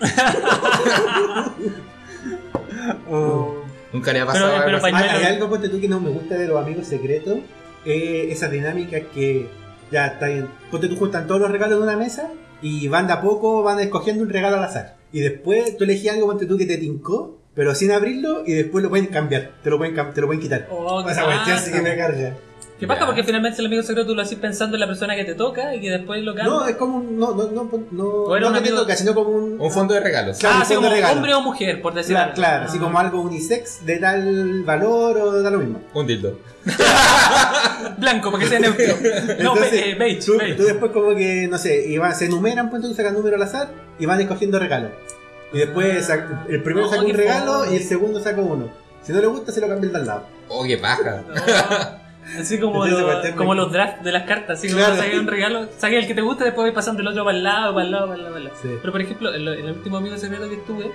S3: Oh.
S1: [LAUGHS]
S2: Nunca le ha pasado
S3: Pero-
S2: algo
S3: pero
S2: así.
S3: pañuelos-
S1: Ah, Hay algo, ponte tú, que no me gusta de los amigos secretos. eh, esas dinámicas que ya está bien. Ponte tú, juntan todos los regalos en una mesa y van de a poco, van escogiendo un regalo al azar. Y después tú elegí algo, ponte tú, que te tincó, pero sin abrirlo y después lo pueden cambiar. Te lo pueden, cam- te lo pueden quitar.
S3: Oh, qué
S1: Esa cuestión sí que me
S3: paja.
S1: carga.
S3: ¿Qué pasa?
S2: Ya.
S3: Porque finalmente el amigo secreto tú lo haces pensando en la persona que te toca y que después lo cambia. Ah,
S1: No, es como un. No, no, no, no,
S3: O era
S1: no
S3: un
S1: que te
S3: amigo-
S1: toca, sino como un.
S2: Un fondo de regalos.
S1: claro,
S3: ah,
S1: un
S3: así
S1: fondo
S3: como
S1: de regalo.
S3: hombre o mujer, por decirlo.
S1: Claro, claro,
S3: Ah.
S1: así como algo unisex de tal valor o de tal lo mismo.
S2: Un dildo.
S3: Blanco, para que
S1: [LAUGHS]
S3: sea neutro. No,
S1: Entonces,
S3: be- eh, beige,
S1: tú,
S3: beige.
S1: tú después como que, no sé, y van- se enumeran, pues tú sacas número al azar y van escogiendo regalos. Y después sac- el primero
S3: Ah. No,
S1: saca un
S3: qué
S1: regalo
S3: fome.
S1: y el segundo saca uno. Si no le gusta, se lo cambia el de al lado.
S2: Oh, qué paja.
S3: No, Así como,
S1: Entonces,
S3: los-
S1: cualquier-
S3: como los drafts de las cartas, así como
S1: Claro.
S3: saqué un regalo, saqué el que te gusta y después voy pasando el otro para el lado, para el lado, para el lado. Para el lado.
S1: Sí.
S3: Pero por ejemplo, en, lo- en el último amigo secreto que estuve,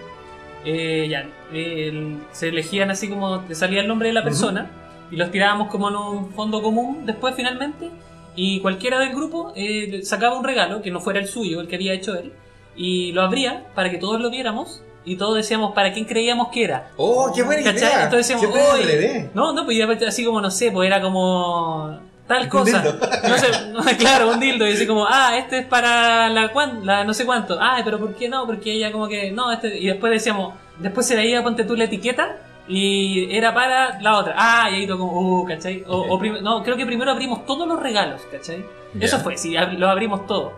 S3: eh, ya, eh, el- se elegían así como te salía el nombre de la persona y los tirábamos como en un fondo común después finalmente y cualquiera del grupo eh, sacaba un regalo que no fuera el suyo, el que había hecho él, y lo abría para que todos lo viéramos y todos decíamos para quién creíamos que era.
S2: Oh, qué buena
S3: ¿Cachai?
S2: idea.
S3: Entonces decíamos,
S1: Siempre es
S3: "Oye".
S1: al revés.
S3: No, no, pues ya así como, no sé, pues era como tal cosa. [LAUGHS] No sé, no, claro, un dildo. Y así como, ah, este es para la, cuan- la no sé cuánto. Ah, pero ¿por qué no? Porque ella como que, no, este... Y después decíamos, después se veía, ponte tú la etiqueta y era para la otra. Ah, y ahí todo como, uh, ¿cachai? O, o prim- no, creo que primero abrimos todos los regalos, ¿cachai?
S2: Ya.
S3: Eso fue, sí, ab- los abrimos todos.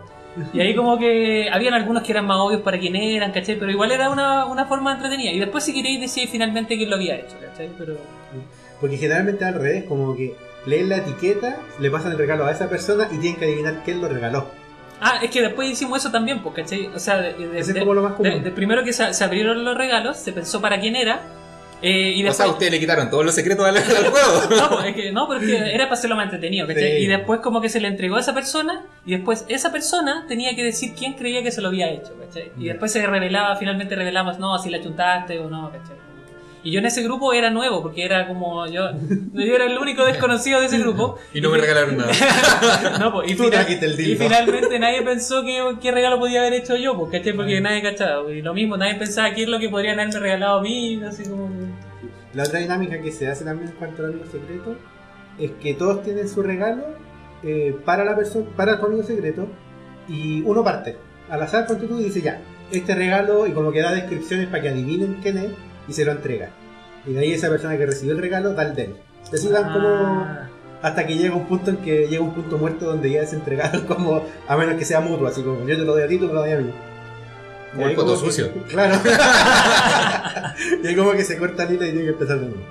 S3: Y ahí como que habían algunos que eran más obvios para quién eran, ¿cachai? Pero igual era una, una forma entretenida. Y después si queréis decir finalmente quién lo había hecho, ¿cachai? Pero...
S1: Porque generalmente al revés, como que leen la etiqueta, le pasan el regalo a esa persona y tienen que adivinar quién lo regaló.
S3: Ah, es que después hicimos eso también, pues, ¿cachai? O sea, de, de-
S1: Ese
S3: de-
S1: es como lo más
S3: de-
S1: común.
S3: de primero que se, se abrieron los regalos, se pensó para quién era, eh, y
S2: O sea,
S3: después...
S2: ustedes le quitaron todos los secretos al, al juego.
S3: no, pues, es que, no, porque era para hacerlo más entretenido, ¿cachai?
S1: Sí.
S3: Y después como que se le entregó a esa persona, y después esa persona tenía que decir quién creía que se lo había hecho, ¿cachai? Y después se revelaba, finalmente revelamos, no, si la chuntaste o no, ¿cachai? Y yo en ese grupo era nuevo, porque era como yo... Yo era el único desconocido de ese grupo.
S2: Y no me regalaron nada.
S3: [LAUGHS] No, pues, y,
S1: Tú
S3: final-
S1: trajiste el dildo.
S3: y finalmente nadie pensó que, qué regalo podía haber hecho yo, pues, ¿cachai?
S1: Ah.
S3: Porque nadie cachaba. pues, Y lo mismo, nadie pensaba qué es lo que podrían haberme regalado a mí, así como.
S1: La otra dinámica que se hace también en cuanto al amigo secreto es que todos tienen su regalo eh, para la persona, para tu amigo secreto y uno parte al azar con tú y dice ya este regalo y como que da descripciones para que adivinen quién es y se lo entrega y de ahí esa persona que recibió el regalo da el de él. Así van como
S3: Ah,
S1: hasta que llega un punto en que llega un punto muerto donde ya es entregado [LAUGHS] como a menos que sea mutuo así como yo te lo doy a ti tú me lo doy a mí.
S2: Como
S1: Y
S2: el
S1: ahí
S2: coto
S1: que- [LAUGHS]
S2: sucio.
S1: Claro. y ahí como que se corta el hilo y tiene que empezar de nuevo.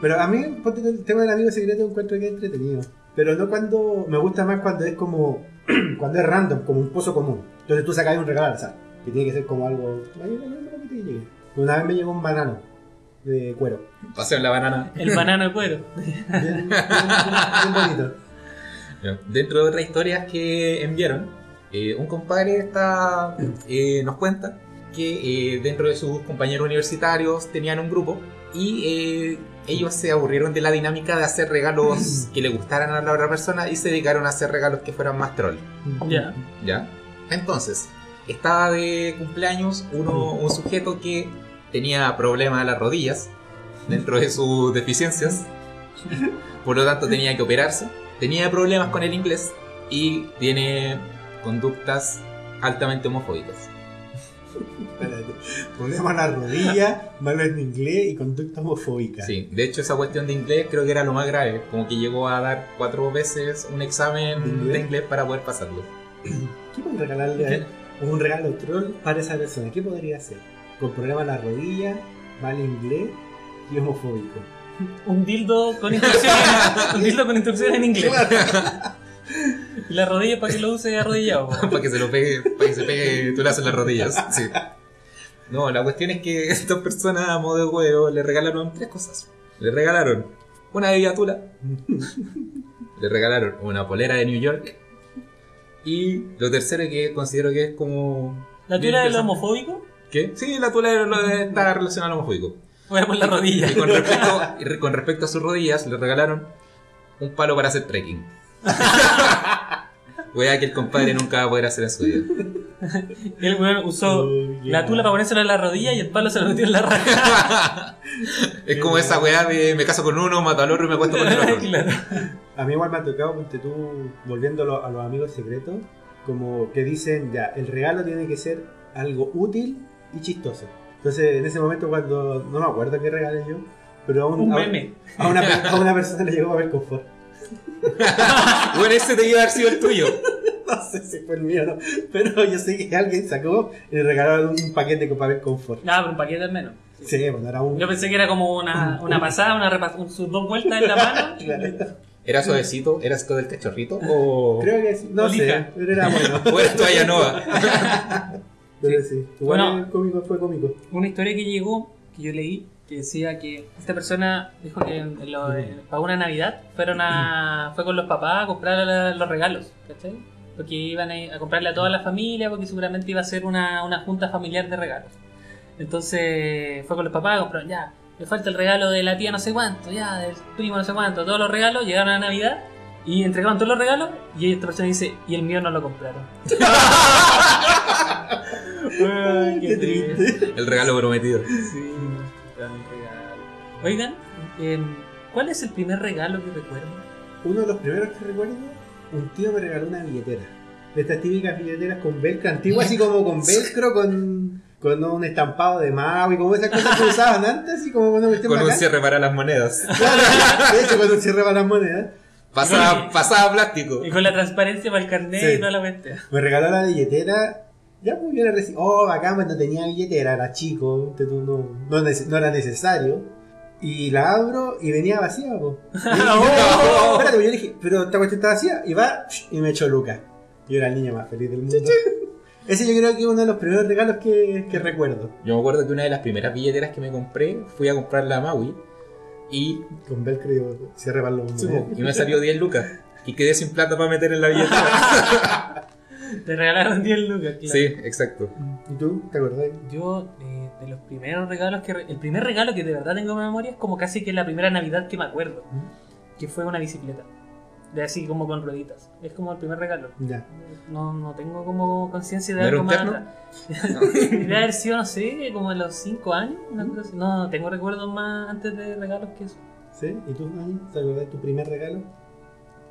S1: Pero a mí, ponte tú, el tema del amigo secreto encuentro que es entretenido. Pero no cuando. Me gusta más cuando es como. [CLEARS THROAT] cuando es random, como un pozo común. Entonces tú sacas un regalo al azar. Que tiene que ser como algo. "Ay, ay, ay, lo que te llegue". Una vez me llegó un banano de cuero.
S2: Paseo en la banana.
S3: El banano de cuero.
S1: Bien, bien- bien bonito.
S2: Ya. Dentro de otras historias que enviaron, eh, un compadre está, eh, nos cuenta que eh, dentro de sus compañeros universitarios tenían un grupo y eh, ellos se aburrieron de la dinámica de hacer regalos que le gustaran a la otra persona y se dedicaron a hacer regalos que fueran más troll.
S3: Ya.
S2: ¿Ya? Entonces, estaba de cumpleaños uno,
S1: Mm.
S2: un sujeto que tenía problemas a las rodillas dentro de
S1: [LAUGHS]
S2: sus deficiencias. Por lo tanto, tenía que operarse. Tenía problemas con el inglés y tiene conductas altamente homofóbicas.
S1: Espérate. Problema en la rodilla, malo en inglés y conducta homofóbica.
S2: Sí, de hecho, esa cuestión de inglés creo que era lo más grave. Como que llegó a dar cuatro veces un examen
S1: ¿De inglés?
S2: de inglés para poder pasarlo.
S1: ¿Qué puedo regalarle a él? Un regalo troll para esa persona. ¿Qué podría hacer? Con problema en la rodilla, mal inglés y homofóbico.
S3: Un dildo con
S2: [LAUGHS]
S3: instrucciones. un dildo con instrucciones en inglés. Y la rodilla para que lo use arrodillado.
S2: [LAUGHS]
S3: po.
S2: para que se lo pegue, para que se pegue tú le haces las rodillas. Sí. No, la cuestión es que [LAUGHS] estas personas a modo de huevo le regalaron tres cosas. Le regalaron una bebida [LAUGHS] le regalaron una polera de New York y lo tercero que considero que es como
S3: La tula del homofóbico.
S2: ¿Qué? Sí, la tula de- lo de- está relacionada al homofóbico.
S3: Voy a por la rodilla.
S2: Y con respecto, y re- con respecto a sus rodillas, le regalaron un palo para hacer trekking. [LAUGHS] Wea que el compadre nunca va a poder hacer en su vida.
S3: Y el weón usó
S1: Oh, yeah.
S3: la tula para ponérsela en la rodilla y el palo se lo metió en la raja.
S2: Es como esa weá de me caso con uno, mato al otro y me acuesto con el otro.
S3: claro.
S1: A mí igual me ha tocado, ponte tú, volviéndolo a los amigos secretos, como que dicen, ya, el regalo tiene que ser algo útil y chistoso. Entonces, en ese momento cuando, no me acuerdo qué regalé yo, pero a, un-
S3: Un
S1: a-
S3: meme.
S1: a una, per- a una persona le llegó a ver confort.
S2: [LAUGHS] Bueno, ese te iba a haber sido el tuyo.
S1: [LAUGHS] No sé si fue el mío o no, pero yo sé que alguien sacó y le regalaron un paquete con papel confort.
S3: Nada, pero Ah, un paquete al menos.
S1: Sí, bueno, era un...
S3: Yo pensé que era como una, una pasada, una repas- un- sus dos vueltas en la mano.
S2: ¿Era suavecito? ¿Era esto del cachorrito? ¿O,
S1: Creo que sí, no
S3: Olija.
S1: sé, pero era
S2: [LAUGHS]
S1: bueno.
S2: o era toalla nova?
S1: Pero sí, igual
S3: Bueno.
S1: el cómico fue cómico.
S3: Una historia que llegó, que yo leí, que decía que esta persona dijo que en lo de- para una Navidad fueron
S1: Mm.
S3: a, fue con los papás a comprar la- los regalos, ¿cachai? Porque iban a, a comprarle a toda la familia, porque seguramente iba a ser una, una junta familiar de regalos. Entonces fue con los papás, compraron ya, le falta el regalo de la tía no sé cuánto, ya, del primo no sé cuánto, todos los regalos, llegaron a Navidad y entregaron todos los regalos y esta persona dice, y el mío no lo
S1: [LAUGHS]
S3: compraron. Ay,
S1: Qué triste.
S2: El regalo prometido.
S3: Sí, gran regalo. Oigan, em, ¿cuál es el primer regalo que recuerdo?
S1: Uno de los primeros que recuerdo, un tío me regaló una billetera. De estas típicas billeteras con velcro antiguas, así como con velcro, con, con un estampado de Maui, como esas cosas que usaban antes, así como una cuestión
S2: Con un
S1: bacán.
S2: cierre para las monedas.
S1: Claro, de hecho, con un cierre para las monedas.
S2: Pasaba, pasaba plástico.
S3: Y con la transparencia para el carnet
S1: Sí.
S3: y toda la bestia.
S1: Me regaló la billetera. Ya pues yo la recibí. Oh, bacán, pues, no tenía billetera, era chico, te- tú no, no, nece- no era necesario. Y la abro y venía vacía, po. Y yo dije,
S2: [LAUGHS] ¡Oh!
S1: espérate, pues, yo dije, pero esta cuestión está vacía. Y va y me echó Luca. Yo era el niño más feliz del mundo. Ese yo creo que es uno de los primeros regalos que, que recuerdo.
S2: Yo me acuerdo que una de las primeras billeteras que me compré, fui a comprarla a Maui y,
S1: Con velcro y cierre para los monedas.
S2: y me salió 10 lucas. Y quedé sin plata para meter en la [LAUGHS] billetera.
S3: [LAUGHS] Te regalaron 10 lucas, claro.
S2: Sí, exacto.
S1: ¿Y tú? ¿Te acordás?
S3: Yo, eh, de los primeros regalos que. re- El primer regalo que de verdad tengo en memoria es como casi que la primera Navidad que me acuerdo. Que fue una bicicleta. De así como con rueditas. Es como el primer regalo.
S1: Ya.
S3: No, no tengo como conciencia de
S2: ¿No era
S3: algo
S2: un
S3: más.
S2: terno?
S3: atrás. [LAUGHS] Debe haber sido, no sé, como a los 5 años. una cosa así. No, tengo recuerdos más antes de regalos que eso.
S1: ¿Sí? ¿Y tú, Ani? ¿Te acordás de tu primer regalo?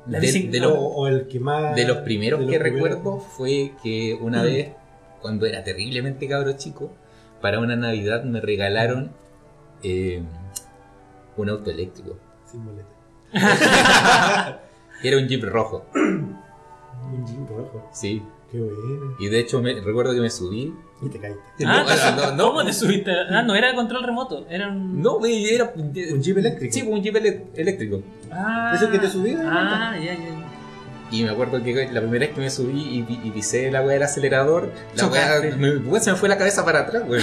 S3: La
S2: De,
S3: bici-
S2: de
S1: o,
S2: los
S1: o el que más.
S2: De los primeros
S1: de los
S2: que
S1: primeros?
S2: recuerdo fue que una vez, cuando era terriblemente cabro chico, para una Navidad me regalaron eh, un auto eléctrico.
S1: Sin boleta.
S2: Era un jeep rojo,
S1: Un jean rojo.
S2: sí.
S1: Qué buena.
S2: Y de hecho, me, recuerdo que me subí.
S1: Y te caíste.
S3: Ah,
S2: no, no, no.
S3: ¿Cómo te subiste? Ah, no, era control remoto. Era un.
S2: No, me- era.
S1: Un jeep eléctrico.
S2: Sí, un jeep elé- eléctrico.
S3: Ah,
S1: ¿Eso que te subí?
S3: Ah, ya, ya.
S2: Y me acuerdo que la primera vez que me subí y, pi- y pisé la weá del acelerador, la weá,
S3: Chocaste.
S2: me- weá, se me fue la cabeza para atrás, weón.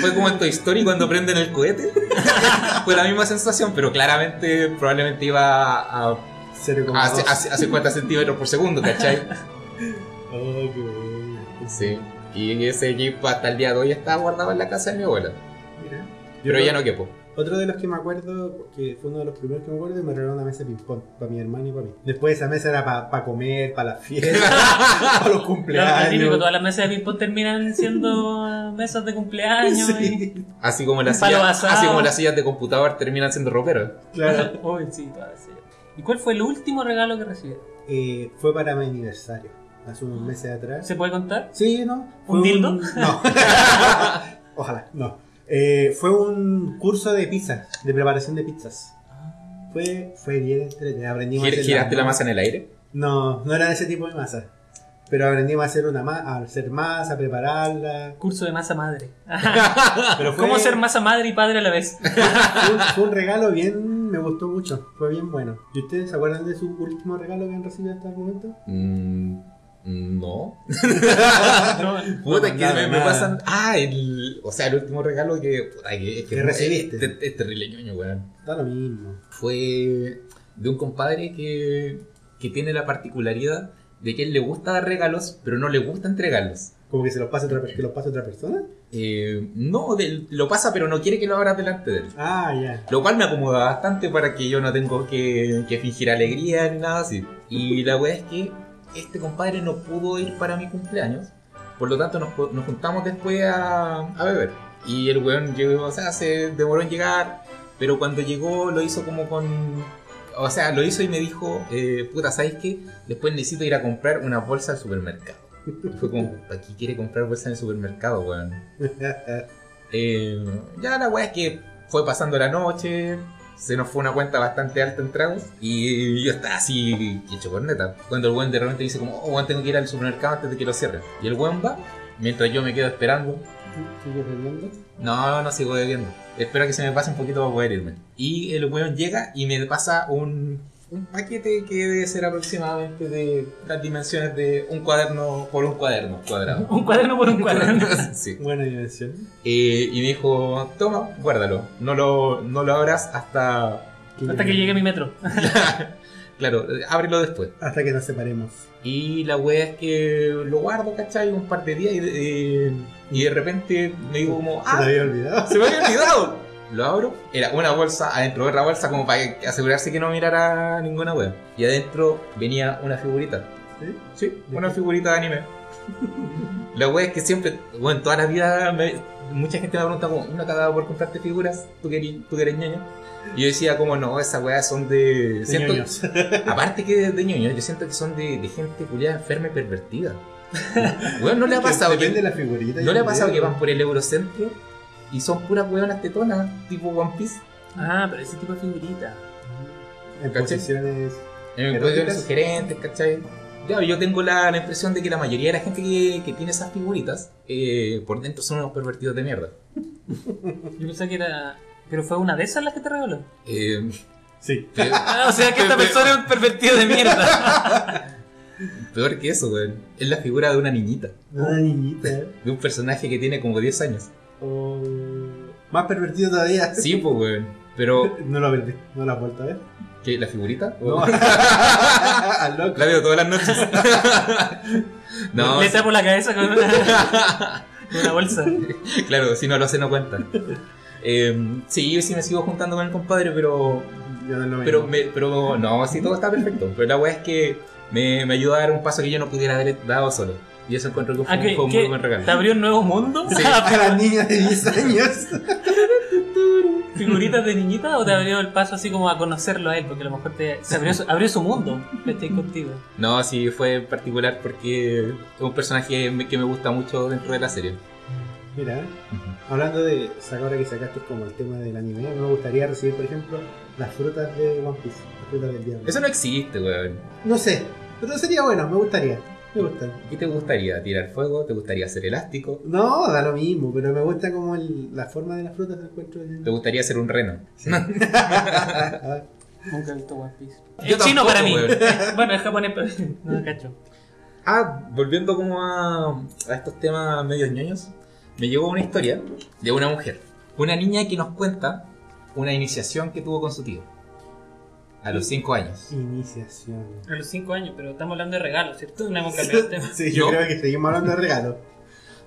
S2: fue como en Toy Story cuando prenden el cohete. [LAUGHS] fue la misma sensación, pero claramente probablemente iba a, a, a,
S1: 0,2.
S2: a- a 50 centímetros por segundo, ¿cachai?
S1: Oh, qué buena.
S2: sí. Y ese jeep hasta el día de hoy está guardado en la casa de mi abuela.
S1: Mira.
S2: Pero
S1: Yo
S2: ya
S1: creo-
S2: no quepo.
S1: Otro de los que me acuerdo, que fue uno de los primeros que me acuerdo, me regaló una mesa de ping-pong para mi hermano y para mí. Después esa mesa era para comer, para las
S2: [LAUGHS]
S1: fiestas, para los
S3: Claro, lo típico,
S1: cumpleaños.
S3: todas las mesas de ping-pong
S1: [LAUGHS]
S3: terminan siendo mesas de cumpleaños.
S1: Sí,
S2: Así como las
S3: Un palo
S2: sillas,
S3: asado.
S2: así como las sillas de computador terminan siendo roperos.
S1: claro.
S3: Y... Uy, Oh, sí, todas sí. ¿Y cuál fue el último regalo que recibieron?
S1: Eh, fue para mi aniversario, hace unos meses atrás.
S3: ¿Se puede contar?
S1: Sí, ¿no? Fue
S3: dildo?
S1: No. [LAUGHS] Ojalá, no. Eh, fue un curso de pizza, de preparación de pizzas.
S3: Ah,
S1: Fue, fue bien entretenido. Aprendimos
S2: Gir-
S1: hacer
S2: ¿Giraste la masa en el aire?
S1: No, no era de ese tipo de masa. Pero aprendimos a hacer una ma- a hacer masa, a
S2: [LAUGHS]
S1: prepararla.
S3: Curso de masa madre. Ah,
S1: Pero fue,
S3: ¿Cómo ser masa madre y padre a la vez?
S1: [LAUGHS] fue un, fue un regalo bien, me gustó mucho. Fue bien bueno. ¿Y ustedes se acuerdan de su último regalo que han recibido hasta el momento?
S2: Mm, no.
S3: No,
S2: Puta,
S1: No,
S2: que
S1: nada,
S2: me, me
S1: nada.
S2: pasan. Ah, el. O sea, el último regalo que. Puta, que, es que
S1: Que recibiste.
S2: Es, es- es este terrible ñoño, weón.
S1: Da lo mismo.
S2: Fue de un compadre que, que tiene la particularidad de que él le gusta dar regalos, pero no le gusta entregarlos.
S1: Como que se los pase otra, per- que los pase otra persona.
S2: Eh, no, de- lo pasa, pero no quiere que lo abra delante de él.
S1: Ah, ya.
S2: Lo cual me acomoda bastante para que yo no tengo que, que fingir alegría ni nada así. Y la weá es que este compadre no pudo ir para mi cumpleaños. Por lo tanto, nos, po- nos juntamos después a, a beber. Y el weón llegó, o sea, se demoró en llegar. Pero cuando llegó lo hizo como con... O sea, lo hizo y me dijo, eh, puta, ¿sabes qué? Después necesito ir a comprar una bolsa al supermercado. Y [LAUGHS]
S1: [LAUGHS]
S2: fue como, ¿para qué quiere comprar bolsa en el supermercado, weón? Eh, ya la weá es que fue pasando la noche, se nos fue una cuenta bastante alta en tragos y yo estaba así hecho corneta. Cuando el weón de repente dice como, oh weón, tengo que ir al supermercado antes de que lo cierren. Y el weón va, mientras yo me quedo esperando.
S1: ¿Sigues bebiendo?
S2: No, no sigo bebiendo. Espero que se me pase un poquito para poder irme. Y el weón llega y me pasa un, un paquete que debe ser aproximadamente de las dimensiones de un cuaderno por un cuaderno
S3: [LAUGHS]
S2: cuadrado.
S3: Un cuaderno por un cuaderno.
S2: sí.
S1: Buena dimensión.
S2: Eh, y me dijo, toma, guárdalo. No lo, no lo abras
S1: [LAUGHS]
S2: hasta...
S3: Hasta que llegue mi metro.
S2: Claro, eh, ábrelo después.
S1: Hasta que nos separemos.
S2: Y la wea es que lo guardo, ¿cachai? Un par de días y de, eh, y de repente me digo como,
S1: Se te
S2: ¡ah!
S1: había olvidado.
S2: ¡Se
S1: [LAUGHS]
S2: me había olvidado! Lo abro, era una bolsa adentro de otra bolsa como para que- asegurarse que no mirara ninguna wea. Y adentro venía una figurita.
S1: ¿Sí?
S2: Sí,
S1: ¿De
S2: una
S1: qué?
S2: figurita de anime. La wea es que siempre, bueno, toda la vida me- mucha gente me pregunta como, ¿no te ha dado por comprarte figuras? ¿Tú que eres, tú que eres ñoño? Y yo decía como, no, esas weas son de...
S1: De
S2: siento-
S1: ñoños.
S2: [LAUGHS] aparte que de ñoño, yo siento que son de, de gente culiada enferma y pervertida.
S1: [LAUGHS]
S2: Weón, ¿no le ha pasado
S1: Depende
S2: que,
S1: de la figurita.
S2: ¿no le ha
S1: yo
S2: pasado que
S1: creo.
S2: van por el Eurocentro y son puras weonas tetonas, tipo One Piece?
S3: Ah, pero ese tipo de figurita.
S1: En
S2: ¿Cachai?
S1: posiciones.
S2: En el
S1: Eróticas.
S2: código de sugerentes, ¿cachai? Claro, yo tengo la, la impresión de que la mayoría de la gente que, que tiene esas figuritas, eh, por dentro son unos pervertidos de mierda.
S3: Yo pensaba que era. Pero fue una de esas las que te regaló.
S2: Eh,
S1: Sí.
S2: pe-
S3: [LAUGHS] Ah, o sea que esta persona es un pervertido de mierda.
S2: peor que eso, weón. Es la figura de una niñita,
S1: Una niñita. [LAUGHS]
S2: de un personaje que tiene como 10 años.
S1: O... Más pervertido todavía.
S2: Sí, pues, weón. Pero,
S1: No lo perdí. No la has vuelto a ver.
S2: ¿qué? ¿La figurita?
S1: No. [LAUGHS] Al loco.
S2: La veo todas las noches. no,
S3: Le tapo la cabeza con una, con una bolsa.
S2: [LAUGHS] claro, si no lo hace, no cuenta. Eh, sí, sí me sigo juntando con el compadre, pero
S1: Ya no es lo mismo.
S2: Pero, me- pero no, sí, todo está perfecto. Pero la weá es que me, me ayudó a dar un paso que yo no pudiera haber dado solo. Y eso encuentro que fue,
S3: Ah,
S2: un-
S3: ¿qué-
S2: fue un
S3: qué?
S2: muy buen
S3: ¿Te
S2: regalo.
S3: abrió un nuevo mundo? [LAUGHS] Ah,
S1: [LAUGHS]
S2: Sí.
S1: A las niñas de [LAUGHS] 10 años.
S3: ¿Figuritas de niñita o te abrió el paso así como a conocerlo a él? Porque a lo mejor te se abrió, su, abrió su mundo. Estoy contigo.
S2: No, sí, fue particular porque es un personaje me- que me gusta mucho dentro de la serie.
S1: Mira, ¿eh? hablando de. Ahora que sacaste como el tema del anime, me gustaría recibir, por ejemplo, las frutas de One Piece. Las frutas del diablo.
S2: Eso no existe, weón.
S1: No sé, pero sería bueno, me gustaría. Me gustan.
S2: ¿Qué te gustaría? ¿Tirar fuego? ¿Te gustaría ser elástico?
S1: No, da lo mismo, pero me gusta como el- la forma de las frutas que encuentro. en-
S2: ¿Te gustaría ser un reno?
S1: Ah,
S3: Nunca he visto One Piece.
S2: Yo
S3: Es chino
S2: tampoco,
S3: para mí.
S2: weón.
S3: Es- [LAUGHS] bueno, es japonés, pero no cacho.
S2: Ah, volviendo como a, a estos temas medios ñoños, me llegó una historia de una mujer, una niña que nos cuenta una iniciación que tuvo con su tío a los 5 años.
S1: Iniciación.
S3: A los 5 años, pero estamos hablando de regalos, ¿cierto?
S1: [LAUGHS]
S3: No hemos cambiado el [LAUGHS] tema.
S1: Sí, yo
S2: ¿Yo?
S1: creo que seguimos hablando de regalos.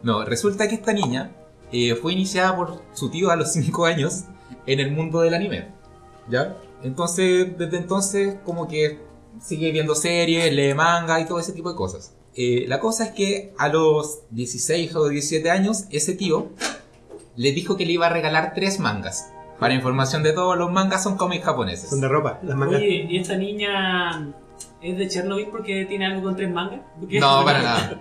S2: No, resulta que esta niña eh, fue iniciada por su tío a los 5 años en el mundo del anime. ¿Ya? Entonces, desde entonces, como que sigue viendo series, lee manga y todo ese tipo de cosas. Eh, la cosa es que a los 16 o 17 años, ese tío le dijo que le iba a regalar tres mangas. Para información de todos, los mangas son cómics japoneses.
S1: Son de ropa, las mangas.
S3: Oye, ¿y esta niña es de Chernobyl porque tiene algo con tres mangas? Porque-
S2: No, para nada.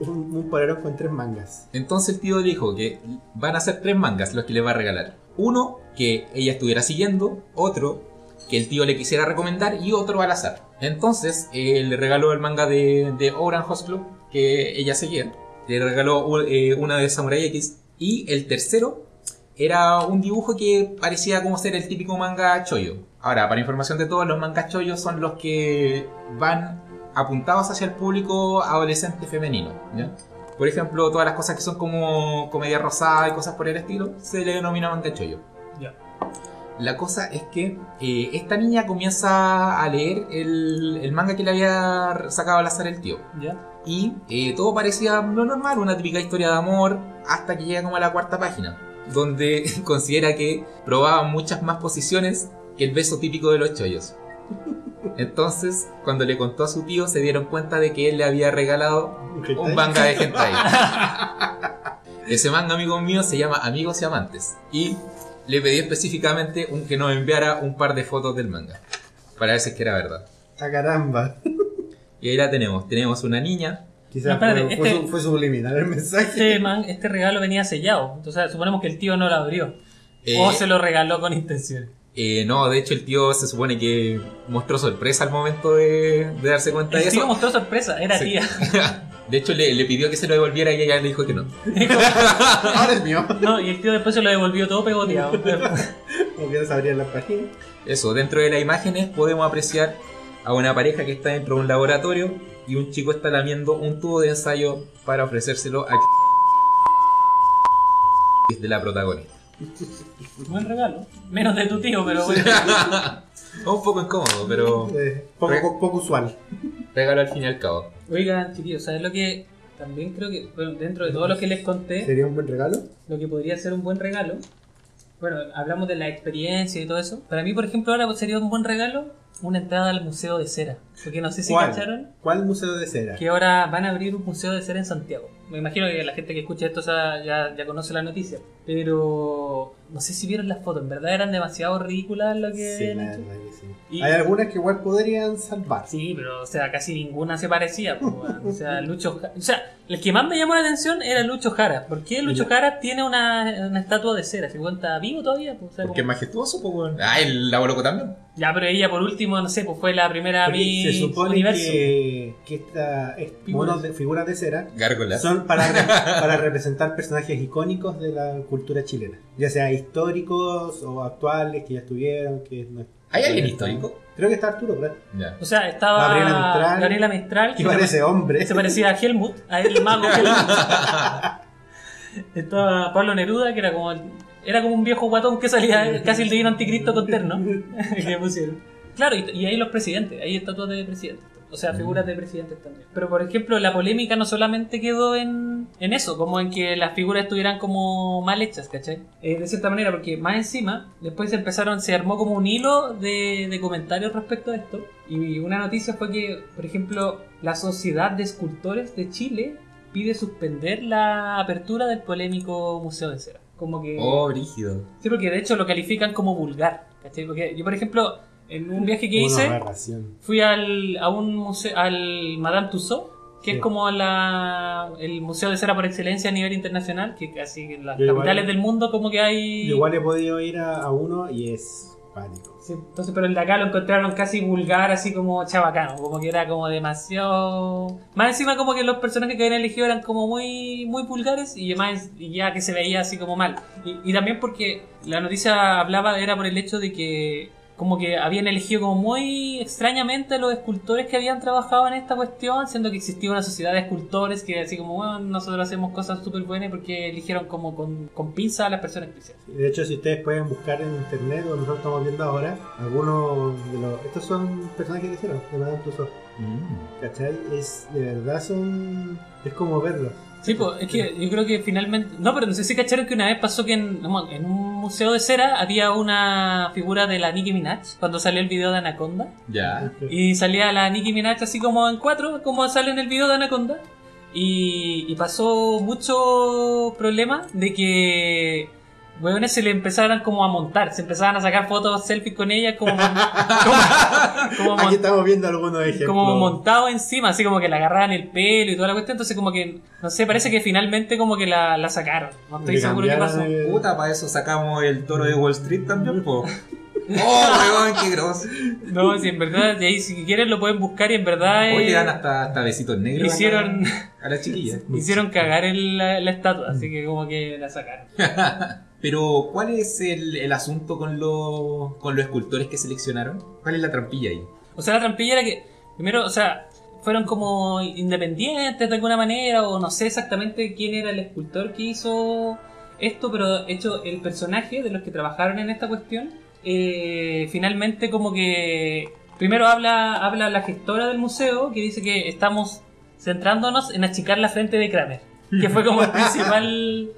S1: Un, un polerón con tres mangas.
S2: Entonces el tío dijo que van a ser tres mangas los que le va a regalar. Uno que ella estuviera siguiendo, otro que el tío le quisiera recomendar y otro al azar. Entonces eh, le regaló el manga de, de Orange Host Club que ella seguía. Le regaló u- eh, una de Samurai X. Y el tercero era un dibujo que parecía como ser el típico manga choyo. Ahora, para información de todos, los mangas choyo son los que van apuntados hacia el público adolescente femenino. ¿ya? Por ejemplo, todas las cosas que son como comedia rosada y cosas por el estilo, se le denomina manga choyo.
S3: [LAUGHS] Ya.
S2: La cosa es que eh, esta niña comienza a leer el, el manga que le había sacado al azar el tío.
S3: ¿Ya?
S2: Y eh, todo parecía lo normal, una típica historia de amor, hasta que llega como a la cuarta página, donde [LAUGHS] considera que probaba muchas más posiciones que el beso típico de los chollos. Entonces, cuando le contó a su tío, se dieron cuenta de que él le había regalado un manga de hentai. Ese manga, amigo mío, se llama Amigos y Amantes. Y le pedí específicamente un, que nos enviara un par de fotos del manga. Para ver si es que era verdad.
S1: A Ah, caramba.
S2: Y ahí la tenemos. Tenemos una niña.
S1: Quizás
S3: No,
S1: fue,
S3: espérate,
S1: fue
S3: este-
S1: su- fue subliminal el
S3: [LAUGHS]
S1: mensaje.
S3: Este, man, este regalo venía sellado, entonces suponemos que el tío no lo abrió.
S2: eh,
S3: O Oh, se lo regaló con intenciones.
S2: eh, no, de hecho el tío se supone que mostró sorpresa al momento de, de darse cuenta de
S3: El tío
S2: eso.
S3: mostró sorpresa, era
S2: Sí.
S3: tía. [LAUGHS]
S2: De hecho le, le pidió que se lo devolviera y ella le dijo que no.
S4: Ahora es mío.
S3: No, y el tío después se lo devolvió todo pegoteado. [LAUGHS]
S1: Como que no sabrían las páginas.
S2: Eso, dentro de las imágenes podemos apreciar a una pareja que está dentro de un laboratorio y un chico está lamiendo un tubo de ensayo para ofrecérselo a que es de la protagonista.
S3: Buen regalo. Menos de tu tío, pero bueno. [LAUGHS]
S2: un poco incómodo, pero
S1: Eh, poco, poco usual.
S2: regalo al fin y al cabo.
S3: Oigan, chiquillos, ¿sabes lo que también creo que, bueno, dentro de todo lo que les conté,
S1: ¿Sería un buen regalo?
S3: lo que podría ser un buen regalo. Bueno, hablamos de la experiencia y todo eso. Para mí, por ejemplo, ahora sería un buen regalo una entrada al Museo de Cera. Porque no sé si
S1: ¿Cuál?
S3: cacharon
S1: ¿Cuál museo de cera?
S3: que ahora van a abrir un Museo de Cera en Santiago. Me imagino que la gente que escucha esto ya, ya, ya conoce la noticia. Pero no sé si vieron las fotos. En verdad eran demasiado ridículas lo que
S1: Sí,
S3: habían
S1: la
S3: hecho.
S1: verdad que sí.
S3: Y-
S1: Hay algunas que igual podrían salvar.
S3: Sí, pero o sea, casi ninguna se parecía. po, weón. o sea, Lucho Ja- O sea, el que más me llamó la atención era Lucho Jara. ¿Por qué Lucho Jara tiene una, una estatua de cera? ¿Se cuenta vivo todavía? po? O sea,
S2: Porque es
S3: como-
S2: majestuoso, pues bueno. Ah, el laboroco también.
S3: Ya, pero ella por último, no sé, pues fue la primera
S1: Porque
S3: Miss
S1: se supone
S3: Universo.
S1: que, que estas
S3: Figuras.
S1: figuras de cera
S2: Gárgolas.
S1: son para,
S3: [LAUGHS]
S1: re- para representar personajes icónicos de la cultura chilena, ya sea históricos o actuales que ya estuvieron. Que no-
S2: ¿Hay alguien histórico?
S1: Creo que está Arturo, ¿verdad?
S2: Ya.
S3: O sea, estaba
S1: Gabriela Mistral.
S3: Gabriela Mistral,
S1: Que
S3: se
S1: parece hombre.
S3: Se parecía a Helmut, a el mago Helmut. Estaba Pablo Neruda, que era como era como un viejo guatón que salía casi el divino anticristo con terno. [LAUGHS] que pusieron. Claro, y, y ahí los presidentes, ahí estatuas de presidentes. O sea, figuras de presidentes también. Pero por ejemplo, la polémica no solamente quedó en, en eso, como en que las figuras estuvieran como mal hechas, ¿cachai? Eh, de cierta manera, porque más encima, después empezaron, se armó como un hilo de, de comentarios respecto a esto. Y una noticia fue que, por ejemplo, la Sociedad de Escultores de Chile pide suspender la apertura del polémico Museo de Cera. Como que...
S2: Oh, brígido.
S3: Sí, porque de hecho lo califican como vulgar. ¿cachai? Porque yo, por ejemplo, en un viaje que
S1: Una
S3: hice,
S1: aberración.
S3: fui al, a un museo, al Madame Tussauds, que
S1: Sí.
S3: es como la, el museo de cera por excelencia a nivel internacional, que casi en las
S1: Yo igual-
S3: capitales del mundo como que hay...
S1: Yo Igual he podido ir a, a uno y es pánico.
S3: Sí, entonces, pero el de acá lo encontraron casi vulgar, así como chabacano, como que era como demasiado... Más encima como que los personajes que habían elegido eran como muy muy vulgares y además ya que se veía así como mal. Y, y también porque la noticia hablaba, era por el hecho de que como que habían elegido como muy extrañamente los escultores que habían trabajado en esta cuestión, siendo que existía una sociedad de escultores que así como, bueno, nosotros hacemos cosas súper buenas porque eligieron como con, con pinza a las personas que hicieron.
S1: De hecho, si ustedes pueden buscar en internet, o nosotros estamos viendo ahora, algunos de los. Estos son personajes que hicieron, de Madame Tussauds.
S2: Mm,
S1: ¿Cachai? Es, de verdad son. Es como verlos.
S3: Sí, pues es que yo creo que finalmente. No, pero no sé si cacharon que una vez pasó que en, no, en un museo de cera había una figura de la Nicki Minaj cuando salió el video de Anaconda.
S2: Ya.
S3: Ah, Y salía la Nicki Minaj así como en cuatro, como sale en el video de Anaconda. Y, y pasó mucho problema de que hueones se le empezaran como a montar, se empezaban a sacar fotos selfies con ella como,
S1: [LAUGHS]
S3: como, como
S1: Aquí estamos viendo algunos ejemplos.
S3: como montado encima, así como que la agarraban el pelo y toda la cuestión, entonces como que, no sé, parece que finalmente como que la, la sacaron. No estoy
S1: Le
S3: seguro qué pasó.
S1: cambiaron el-
S5: Puta, para eso sacamos el toro de Wall Street también,
S2: [LAUGHS]
S5: po. Oh, weón, qué grosso.
S3: No, si en verdad, de ahí si quieren lo pueden buscar y en verdad
S5: Hoy
S3: eh,
S5: le dan hasta, hasta besitos negros.
S1: [LAUGHS]
S3: hicieron,
S5: A la chiquilla.
S3: hicieron cagar el- la, la estatua,
S1: Mm.
S3: así que como que la sacaron.
S5: Pero, ¿cuál es el, el asunto con, los con los escultores que seleccionaron? ¿Cuál es la trampilla ahí?
S3: O sea, la trampilla era que, primero, o sea, fueron como independientes de alguna manera, o no sé exactamente quién era el escultor que hizo esto, pero de hecho el personaje de los que trabajaron en esta cuestión, eh, finalmente como que, primero habla, habla la gestora del museo que dice que estamos centrándonos en achicar la frente de Kramer, que fue como el principal...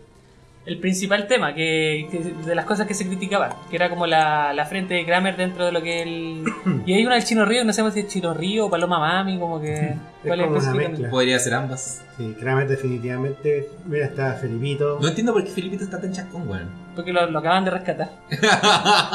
S3: El principal tema que, que- de las cosas que se criticaban, que era como la, la frente de Kramer dentro de lo que él y hay una del Chino Río, no sabemos si es Chino Río o Paloma Mami, como que.
S1: Es como una
S3: específicamente?
S5: [LAUGHS]
S1: mezcla.
S5: Podría ser ambas.
S1: Sí, Kramer definitivamente. Mira, está Felipito.
S5: No entiendo por qué Felipito está tan chascón, weón.
S3: Porque lo, lo acaban de rescatar.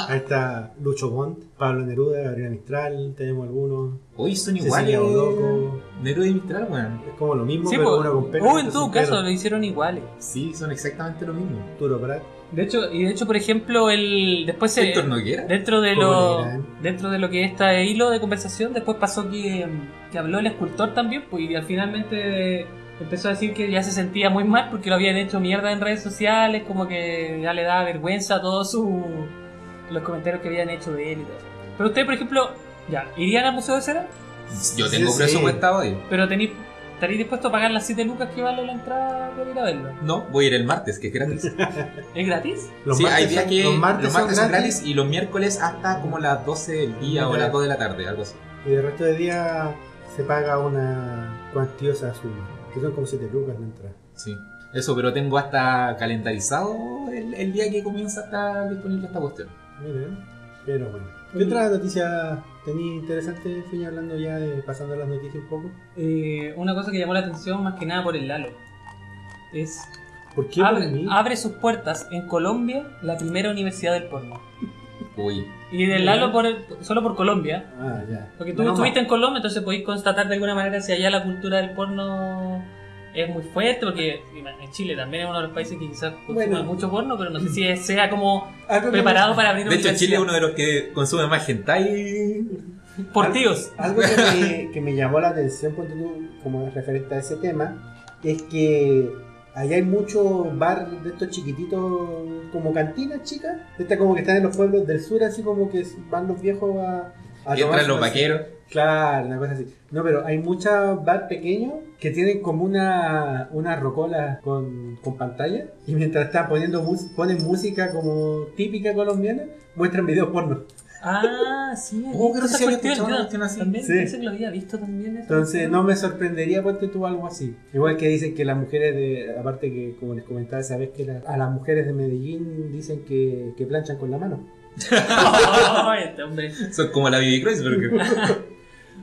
S1: Ahí está Lucho Bond, Pablo Neruda, Gabriela Mistral, tenemos algunos.
S5: Hoy son
S1: Cecilia
S5: iguales.
S1: Boloco.
S5: Nero y Mistral, weón.
S1: Es como lo mismo,
S3: Sí,
S1: pero
S3: po.
S1: uno con pelo.
S3: Uh,
S1: otro
S3: en todo
S1: sin
S3: caso,
S1: pelo.
S3: lo hicieron iguales.
S5: Sí, son exactamente lo mismo.
S1: Arturo Prat.
S3: De hecho, y de hecho, por ejemplo, el. Después se.
S5: Héctor Noguera.
S3: Dentro de
S1: ¿Cómo
S3: lo.
S1: era, eh?
S3: Dentro de lo que está el hilo de conversación, después pasó que, mm, que habló el escultor también, pues, y al finalmente empezó a decir que ya se sentía muy mal porque lo habían hecho mierda en redes sociales, como que ya le daba vergüenza todos sus los comentarios que habían hecho de él y todo eso. Pero ustedes, por ejemplo, ya, ¿irían al Museo de Cera?
S5: Yo tengo
S1: Sí, sí.
S5: presupuestado hoy.
S3: Pero tenéis estaréis dispuesto a pagar las 7 lucas que vale la entrada por ir a verlo.
S5: No, voy a ir el martes, que es gratis.
S3: ¿Es gratis?
S1: [LAUGHS] Los
S5: sí,
S1: martes
S5: hay días
S1: son-
S5: que
S1: los martes son gratis.
S5: y los miércoles hasta como las 12 del día o
S1: Ya.
S5: las 2 de la tarde, algo así.
S1: Y el resto del día se paga una cuantiosa suma, que son como 7 lucas la entrada.
S5: Sí. Eso, pero tengo hasta calendarizado el, el día que comienza a estar disponible esta cuestión.
S1: Mira, pero bueno. ¿Qué otra noticia tenía interesante? Fui hablando ya de pasando las noticias un poco.
S3: Eh, una cosa que llamó la atención más que nada por el Lalo. Es
S1: ¿Por qué por
S3: abre,
S1: mí?
S3: abre sus puertas en Colombia la primera universidad del porno.
S5: Uy.
S3: Y del
S1: Ya.
S3: Lalo por el- solo por Colombia.
S1: Ah, ya.
S3: Porque tú
S1: No,
S3: estuviste en Colombia, entonces podéis constatar de alguna manera si allá la cultura del porno es muy fuerte, porque en Chile también es uno de los países que quizás consume
S1: Bueno.
S3: mucho porno, pero no sé si es- sea como
S1: Algo que-
S3: preparado para abrir
S5: De hecho,
S3: universidad.
S5: Chile es uno de los que consume más hentai.
S3: Por tíos.
S1: Algo que me, que me llamó la atención ponte tú, como referente a ese tema es que allá hay muchos bar de estos chiquititos como cantinas chicas, de estas como que están en los pueblos del sur, así como que van los viejos a... a tomar
S5: Entran los
S1: su-
S5: vaqueros.
S1: Claro, una cosa así. No, pero hay muchos bar pequeños que tienen como una, una rocola con, con pantalla y mientras están poniendo mus- ponen música como típica colombiana, muestran videos porno.
S3: Ah, sí.
S5: Oh, creo que
S3: esa
S5: sí había
S3: cuestión,
S5: escuchado
S3: yo
S5: una cuestión así.
S3: También
S1: Sí.
S3: pensé que lo había visto también. eso.
S1: Entonces
S3: [LAUGHS]
S1: no me sorprendería ponte tú algo así. Igual que dicen que las mujeres de, aparte que como les comentaba esa vez que la- a las mujeres de Medellín dicen que, que planchan con la mano.
S3: Ay, este hombre.
S5: Son como la Bibi
S3: [LAUGHS]
S5: Kreuzberg.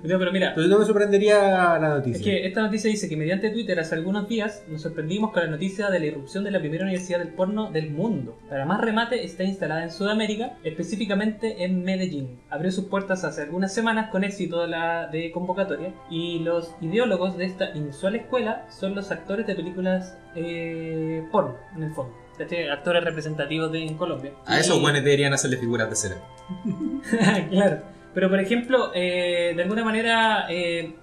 S3: No, pero mira,
S1: Entonces no me sorprendería la noticia.
S3: Es que esta noticia dice que mediante Twitter hace algunos días nos sorprendimos con la noticia de la irrupción de la primera universidad del porno del mundo. Para más remate, está instalada en Sudamérica, específicamente en Medellín. Abrió sus puertas hace algunas semanas con éxito de la de convocatoria y los ideólogos de esta inusual escuela son los actores de películas eh, porno, en el fondo. ¿cachai? Actores representativos de en Colombia.
S2: A
S3: Y-
S2: esos buenos deberían hacerle figuras de cera.
S3: [LAUGHS] claro. Pero por ejemplo, eh, de alguna manera, eh,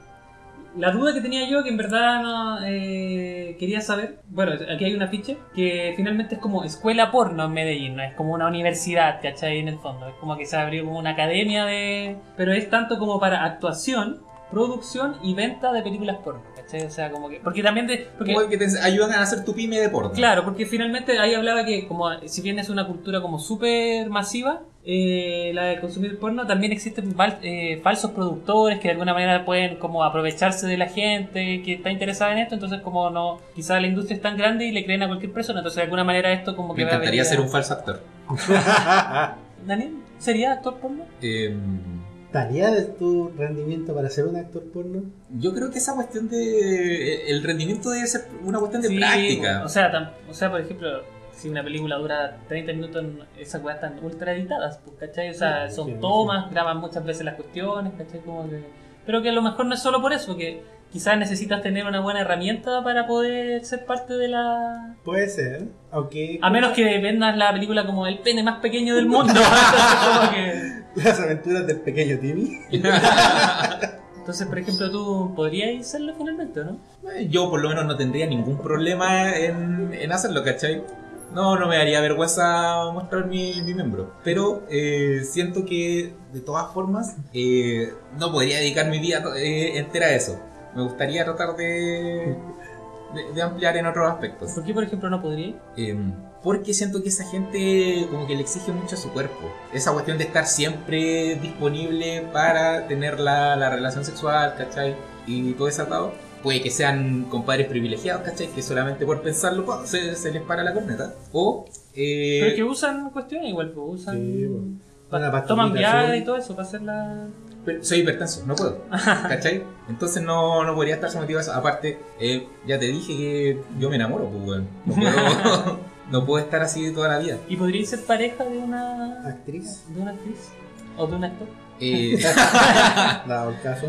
S3: la duda que tenía yo, que en verdad no, eh, quería saber, bueno, aquí hay una ficha, que finalmente es como escuela porno en Medellín, no es como una universidad, ¿cachai? En el fondo, es como que se abrió como una academia de... Pero es tanto como para actuación, producción y venta de películas porno, ¿cachai? O sea, como que... Porque también de... porque-
S2: Como que te ayudan a hacer tu pyme de porno.
S3: Claro, porque finalmente ahí hablaba que como si bien es una cultura como súper masiva, eh, la de consumir porno, también existen val- eh, falsos productores que de alguna manera pueden como aprovecharse de la gente que está interesada en esto, entonces como no, quizá la industria es tan grande y le creen a cualquier persona, entonces de alguna manera esto como que...
S2: Me
S3: va a venir
S2: encantaría
S3: a-
S2: ser un falso actor.
S1: [LAUGHS]
S3: Daniel, ¿sería actor porno?
S2: Em,
S1: ¿Estaría de tu rendimiento para ser un actor porno?
S2: Yo creo que esa cuestión de. El rendimiento debe ser una cuestión de
S3: Sí,
S2: práctica.
S3: O sea, tam- o sea, por ejemplo, si una película dura 30 minutos, esas weas están ultra editadas, pues, ¿cachai? O sea,
S1: Sí,
S3: son
S1: sí, sí.
S3: tomas, graban muchas veces las cuestiones, ¿cachai? Como que- Pero que a lo mejor no es solo por eso, que quizás necesitas tener una buena herramienta para poder ser parte de la...
S1: Puede ser, aunque
S3: A menos que vendas la película como el pene más pequeño del
S2: [LAUGHS]
S3: mundo. [LAUGHS] Entonces, como que-
S1: [LAUGHS] las aventuras del pequeño
S3: [LAUGHS]
S1: Timmy.
S3: Entonces, por ejemplo, tú podrías serlo finalmente, ¿o ¿no?
S2: Eh, Yo por lo menos no tendría ningún problema en, en hacerlo, ¿cachai? No, no me daría vergüenza mostrar mi, mi miembro. Pero eh, siento que, de todas formas, eh, no podría dedicar mi vida eh, entera a eso. Me gustaría tratar de, de, de ampliar en otros aspectos.
S3: ¿Por qué, por ejemplo, no podrías?
S2: Em, porque siento que esa gente como que le exige mucho a su cuerpo. Esa cuestión de estar siempre disponible para tener la, la relación sexual, ¿cachai? Y todo ese atado. Puede que sean compadres privilegiados, ¿cachai? Que solamente por pensarlo ¡pum! se, se les para la corneta. O... eh,
S3: Pero es que usan cuestiones igual, pues usan...
S1: Sí, pues.
S3: pa-
S1: Una pastillita
S3: toman Viagra
S1: azul.
S3: y todo eso para hacer la...
S2: pero soy hipertenso, no puedo. ¿Cachai? Entonces no, no podría estar sometido a eso. Aparte, eh, ya te dije que yo me enamoro, pues, weón. No
S3: [LAUGHS]
S2: puedo, [LAUGHS] no puedo estar así toda la vida.
S3: ¿Y podríais ser pareja de una,
S1: Actriz,
S3: de una actriz? ¿O de un actor? [LAUGHS]
S2: Eh, [LAUGHS]
S1: dado el caso.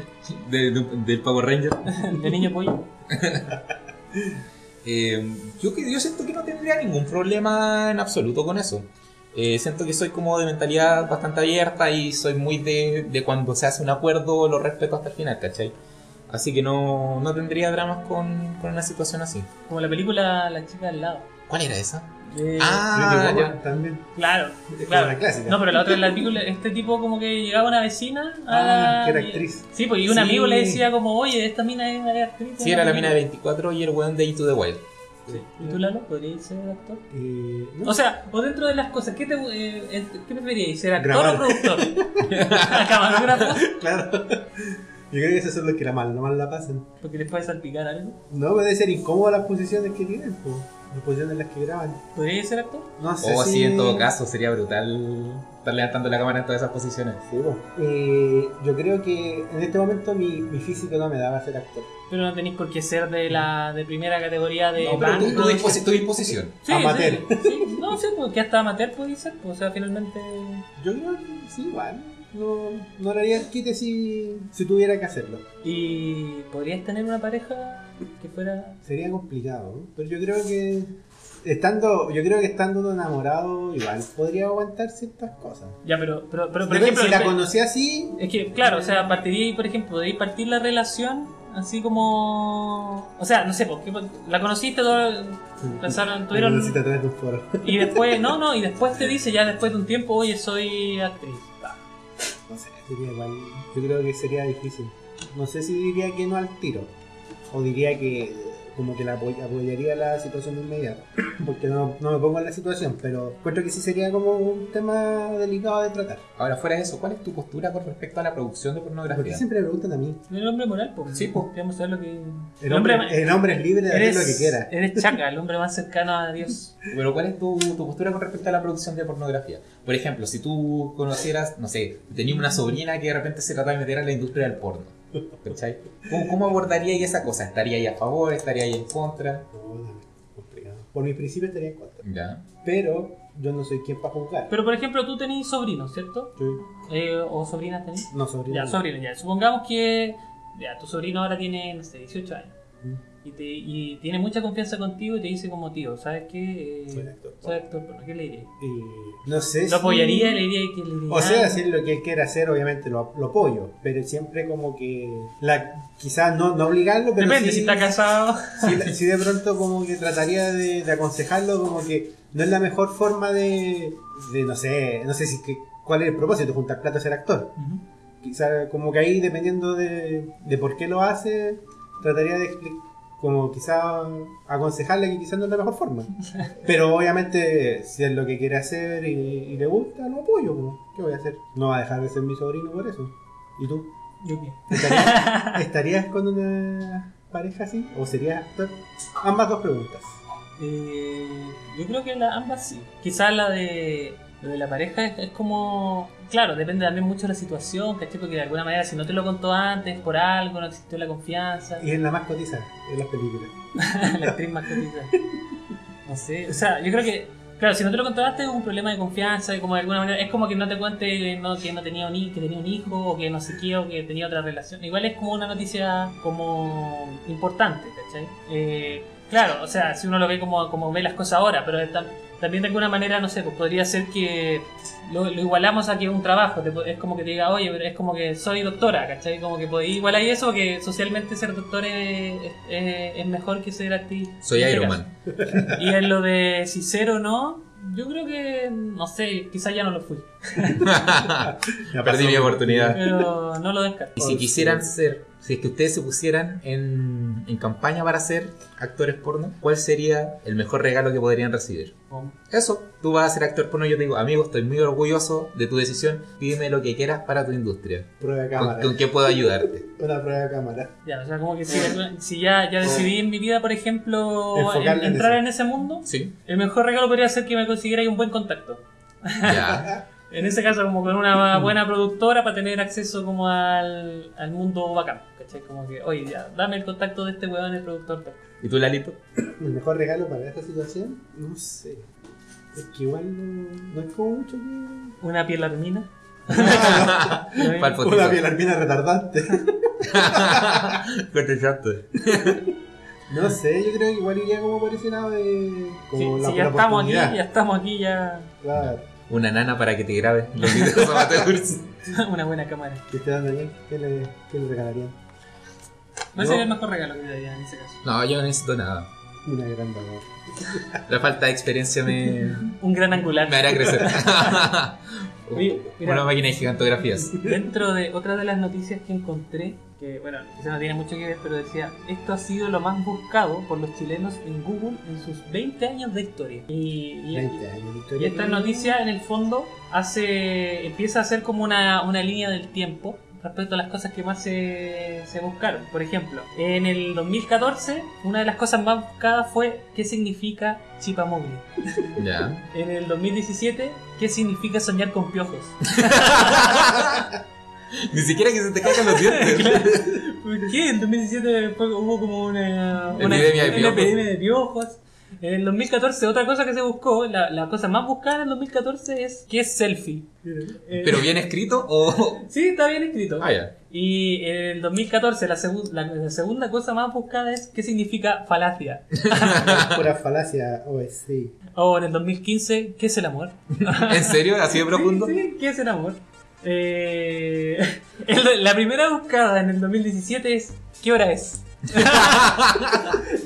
S2: de- de- del Power Ranger.
S3: ¿De niño pollo?
S2: Eh, yo, que- yo siento que no tendría ningún problema en absoluto con eso. Eh, siento que soy como de mentalidad bastante abierta y soy muy de, de cuando se hace un acuerdo lo respeto hasta el final, ¿cachai? Así que no, no tendría dramas con, con una situación así.
S3: Como la película La chica al lado.
S2: ¿Cuál era esa?
S3: Eh,
S2: ah,
S1: Yo
S2: ya.
S1: digo, también.
S3: Claro,
S1: Es como la
S3: claro.
S1: clásica.
S3: No, pero la otra es la película, este tipo como que llegaba a una vecina
S1: Ah,
S3: a...
S1: que era actriz.
S3: Sí, pues y un
S2: Sí.
S3: amigo le decía como, oye, esta mina es una actriz.
S2: Sí, era la mina de 24 y el weón de Into the Wild.
S3: ¿Y tú, Lalo, podrías ser actor?
S1: Eh, no,
S3: O sea, o dentro de las cosas, ¿qué, te, eh, eh, ¿qué preferíais? ¿Ser actor
S1: Grabar.
S3: o
S1: [LAUGHS]
S3: productor? [LAUGHS] ¿Camarógrafo?
S1: claro. Yo creo que eso es lo que la mal, no mal la pasan.
S3: Porque les puede salpicar algo.
S1: No, debe ser incómoda las posiciones que tienen, pues. Las posiciones en las que graban.
S3: ¿Podríais ser actor?
S1: No sé.
S2: O
S1: si...
S2: Oh, así en todo caso, sería brutal estar levantando la cámara en todas esas posiciones.
S1: Sí, pues. Eh, yo creo que en este momento mi, mi físico no me daba ser actor.
S3: Pero no tenéis por qué ser de la de primera categoría de
S2: No, pero tu, tu
S3: blanco.
S2: disposi- tu disposición.
S3: Sí,
S1: amateur.
S3: Sí, sí. No, sí, porque hasta amateur puede ser. pues, O sea, finalmente.
S1: Yo creo que sí, igual. No, no le haría el quite si, si tuviera que hacerlo.
S3: ¿Y podrías tener una pareja que fuera.?
S1: Sería complicado, ¿no? pero yo creo que estando, yo creo que estando uno enamorado igual podría aguantar ciertas cosas.
S3: Ya, pero, pero, pero por
S1: Depende,
S3: ejemplo.
S1: si la conocí así,
S3: Es que, claro, o sea, partiría, por ejemplo, podéis partir la relación así como. O sea, no sé, porque la conociste, todo,
S1: [LAUGHS]
S3: pensaron, tuvieron.
S1: necesita tener un foro.
S3: Y después, no, no, y después te dice, ya después de un tiempo, oye, soy actriz.
S1: No sé, sería igual. Yo creo que sería difícil. No sé si diría que no al tiro. O diría que como que la apoy- apoyaría la situación de inmediato. [CLEARS THROAT] Porque no, no me pongo en la situación, pero encuentro que sí sería como un tema delicado de tratar.
S2: Ahora, fuera de eso, ¿cuál es tu postura con respecto a la producción de
S1: Porque
S2: pornografía?
S1: siempre me preguntan a mí.
S3: El hombre moral, pues.
S2: Sí, pues.
S3: Queremos saber lo que.
S1: El hombre, el hombre es libre de hacer
S3: Eres,
S1: lo que quiera. [LAUGHS]
S3: eres Chaca, el hombre más cercano a Dios.
S2: Pero ¿cuál es tu, tu postura con respecto a la producción de pornografía? Por ejemplo, si tú conocieras, no sé, tenías una sobrina que de repente se trataba de meter a la industria del porno. ¿Cachai? ¿Cómo, cómo abordaríais esa cosa? ¿Estaría ahí a favor? ¿Estaría ahí en contra?
S1: No, complicado. Por mi principio estaría en contra.
S2: Ya.
S1: Pero yo no soy quien para juzgar.
S3: Pero por ejemplo, tú tenés sobrinos, ¿cierto?
S1: Yo-
S3: Eh, ¿O sobrinas tenés?
S1: no sobrino.
S3: Ya, sobrinos, ya. Supongamos que ya, tu sobrino ahora tiene, no sé, 18 años. y, te, y tiene mucha confianza contigo y te dice como tío, ¿sabes qué? Eh,
S1: Soy actor.
S3: soy actor, porno, ¿qué le diría?
S1: Y no sé si-
S3: ¿Lo apoyaría? ¿Le diría que le diría?
S1: O sea, si es lo que él quiera hacer, obviamente lo, lo apoyo, pero siempre como que la quizás no, no obligarlo, pero
S3: Depende,
S1: sí-
S3: si está casado.
S1: si, si de pronto como que trataría de, de aconsejarlo como que no es la mejor forma de, de no sé, no sé si que, cuál es el propósito, juntar plata a ser actor. Quizá como que ahí dependiendo de, de por qué lo hace, trataría de expli- como quizá aconsejarle que quizás no es la mejor forma. Pero obviamente si es lo que quiere hacer y, y le gusta, lo apoyo. po. ¿Qué voy a hacer? No va a dejar de ser mi sobrino por eso. ¿Y tú?
S3: Yo qué.
S1: ¿Estarías, estarías con una pareja así? ¿O serías actor? Ambas dos preguntas.
S3: Eh, yo creo que la, ambas sí. Quizás la de, lo de la pareja es, es como. Claro, depende también mucho de la situación, ¿cachai? Porque de alguna manera, si no te lo contó antes, por algo, no existió la confianza. [LAUGHS]
S1: Y es la más cotiza en las películas.
S3: la actriz más cotiza. No sé, o sea, yo creo que. Claro, si no te lo contaste es un problema de confianza, y como de alguna manera, es como que no te cuente que no, que no tenía un hi- que tenía un hijo, o que no sé qué, o que tenía otra relación. Igual es como una noticia como importante, ¿cachai? Eh, claro, o sea, si uno lo ve como, como ve las cosas ahora, pero tam- también de alguna manera, no sé, pues podría ser que lo, lo igualamos a que un trabajo, te po- es como que te diga, oye, pero es como que soy doctora, ¿cachai? Como que podéis igualar eso, que socialmente ser doctor es, es- es mejor que ser actriz.
S5: Soy
S3: En este
S5: Iron
S3: caso.
S2: [LAUGHS]
S5: Man.
S3: Y en lo de si ser o no, yo creo que, no sé, quizás ya no lo fui,
S1: Ya
S5: Perdí
S1: pasó.
S5: mi oportunidad.
S3: pero no lo descarto.
S5: Y
S2: Oh,
S5: si quisieran ser, si es que ustedes se pusieran en, en campaña para ser actores porno, ¿cuál sería el mejor regalo que podrían recibir? Eso, tú vas a ser actor porno, yo te digo, amigo, estoy muy orgulloso de tu decisión, pídeme lo que quieras para tu industria.
S1: Prueba de
S5: ¿Con,
S1: cámara.
S5: con qué puedo ayudarte?
S1: Una prueba de cámara.
S3: Ya, o sea, como que si, si ya, ya decidí en mi vida, por ejemplo, en-
S1: Enfocarla en
S3: entrar
S1: eso.
S3: en ese mundo,
S5: Sí,
S3: el mejor regalo podría ser que me consiguiera ahí un buen contacto.
S5: ya.
S3: En ese caso, como
S1: [LAUGHS]
S3: con una buena productora para tener acceso como al, al mundo bacán, ¿cachai? Como que, oye, ya, dame el contacto de este weón, el productor. tal.
S5: ¿Y tú, Lalito?
S1: ¿El mejor regalo para esta situación? No sé. Es que igual no, no es como mucho que...
S3: Una
S1: [LAUGHS]
S3: piel armina.
S5: Pa'l fotito.
S1: Una pielarmina retardante. [LAUGHS]
S5: Con el chato.
S1: No sé, yo creo que igual iría como por ese lado de... Como
S3: Si,
S1: la,
S3: si ya
S1: la
S3: estamos aquí,
S1: oportunidad.
S3: ya estamos aquí, ya. [LAUGHS]
S1: Claro.
S5: Una nana para que te grabe los videos
S3: [LAUGHS]
S5: amateurs.
S3: Una buena cámara.
S1: ¿Qué te dan, este Daniel? ¿Qué le, qué le regalarían?
S3: No sería el mejor regalo que le daría en ese caso.
S5: No, yo no necesito nada.
S1: Una gran valor.
S5: La falta de experiencia me,
S3: Un gran angular.
S5: me hará
S3: [LAUGHS]
S5: crecer.
S3: Oye, mira.
S5: Una máquina de gigantografías.
S3: [LAUGHS] Dentro de otra de las noticias que encontré, que bueno, quizá no tiene mucho que ver, pero decía, esto ha sido lo más buscado por los chilenos en Google en sus 20 años de historia. Y, y-
S1: 20 años de
S3: y
S1: historia.
S3: esta noticia en el fondo hace empieza a ser como una, una línea del tiempo respecto a las cosas que más se, se buscaron. Por ejemplo, en el 2014, una de las cosas más buscadas fue ¿qué significa chipamugli? [LAUGHS]
S5: Ya.
S3: En el 2017, ¿qué significa soñar con piojos? [LAUGHS]
S5: Ni siquiera que se te caigan los dientes.
S3: ¿Por qué? En 2017 fue- hubo como una, una-
S5: Epidemia de
S3: una
S5: piojos.
S3: epidemia de piojos. En el 2014, otra cosa que se buscó, la, la cosa más buscada en el 2014 es ¿qué es selfie? Eh,
S5: ¿Pero bien escrito o.?
S3: Sí, está bien escrito.
S5: Ah, ya.
S3: Y en el 2014, la, segun- la- la segunda cosa más buscada es ¿qué significa falacia?
S1: [LAUGHS] Pura falacia, o es sí.
S3: O en el 2015, ¿qué es el amor?
S5: ¿En serio? ¿Así de profundo?
S3: Sí, sí, ¿qué es el amor? Eh, [LAUGHS] el- la primera buscada en el 2017 es ¿qué hora es? [LAUGHS]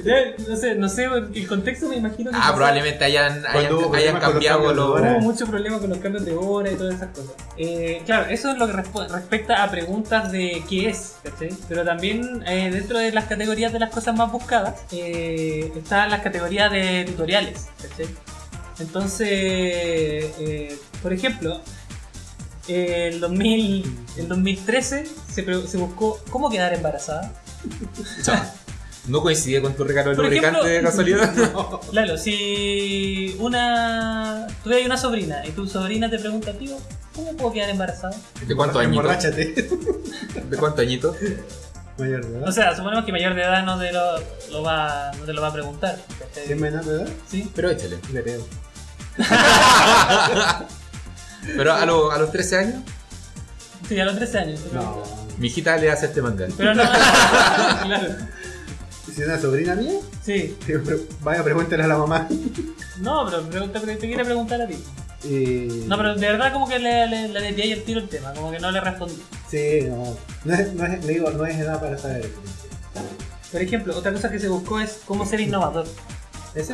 S3: Ya, no sé, no sé, el contexto me imagino que
S5: Ah,
S3: pasó.
S5: probablemente hayan, hayan,
S1: Cuando hubo
S5: hayan
S1: problemas con los
S5: cambiado
S1: cambios de
S5: los.
S1: hora.
S3: Hubo mucho problema con los cambios de hora y todas esas cosas. Eh, claro, eso es lo que resp- respecta a preguntas de qué es, ¿cachai? Pero también eh, dentro de las categorías de las cosas más buscadas eh, están las categorías de tutoriales, ¿cachai? Entonces, eh, por ejemplo, el, 2000, el 2013 se, pre- se buscó cómo quedar embarazada.
S5: Chao. No coincide con tu regalo de
S3: Por
S5: lubricante
S3: ejemplo-
S5: de casualidad.
S3: [LAUGHS] Claro, si una. Tú hay una sobrina y tu sobrina te pregunta, tío, ¿cómo puedo quedar embarazada?
S5: ¿De cuánto añitos?
S1: Emborráchate. [LAUGHS]
S5: ¿De cuánto añitos?
S1: Mayor de edad.
S3: O sea, suponemos que mayor de edad no te lo, lo va, no te lo va a preguntar. ¿cachai?
S1: ¿Es menor de edad?
S3: Sí.
S5: Pero échale.
S1: Le pego.
S5: Pero a, lo- a los 13 años,
S3: Sí, a los 13 años. te
S1: No.
S3: pregunta.
S5: mi hijita le hace este manga.
S3: Pero no. claro.
S1: Si es una sobrina mía, [LAUGHS]
S3: Sí.
S1: yo pre- vaya, pregúntale a la mamá. [LAUGHS]
S3: No, pero pregunta, te quiere preguntar a ti.
S1: Eh,
S3: No, pero de verdad como que le, le, le desvié el tiro el tema, como que no le respondí.
S1: Sí, no. No es, no es- le digo, no es edad para saber.
S3: Por ejemplo, otra cosa que se buscó es cómo ser innovador.
S1: Ese-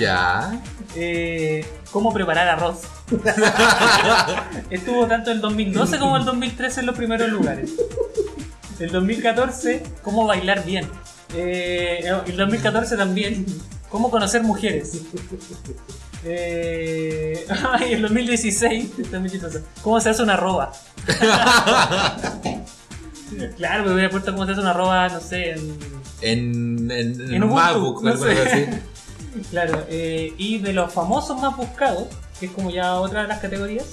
S2: Ya.
S3: Eh, cómo preparar arroz. Estuvo tanto el 2012 como el 2013 en los primeros lugares. El 2014, cómo bailar bien. Eh, el 2014 también, cómo conocer mujeres. Eh, [LAUGHS] y el 2016, está muy chistoso, cómo se hace una roba. claro, me hubiera puesto cómo se hace una roba, no sé, en
S2: En, en,
S3: En Ubuntu,
S2: MacBook,
S3: no
S2: algo así.
S3: Claro, eh, y de los famosos más buscados, que es como ya otra de las categorías,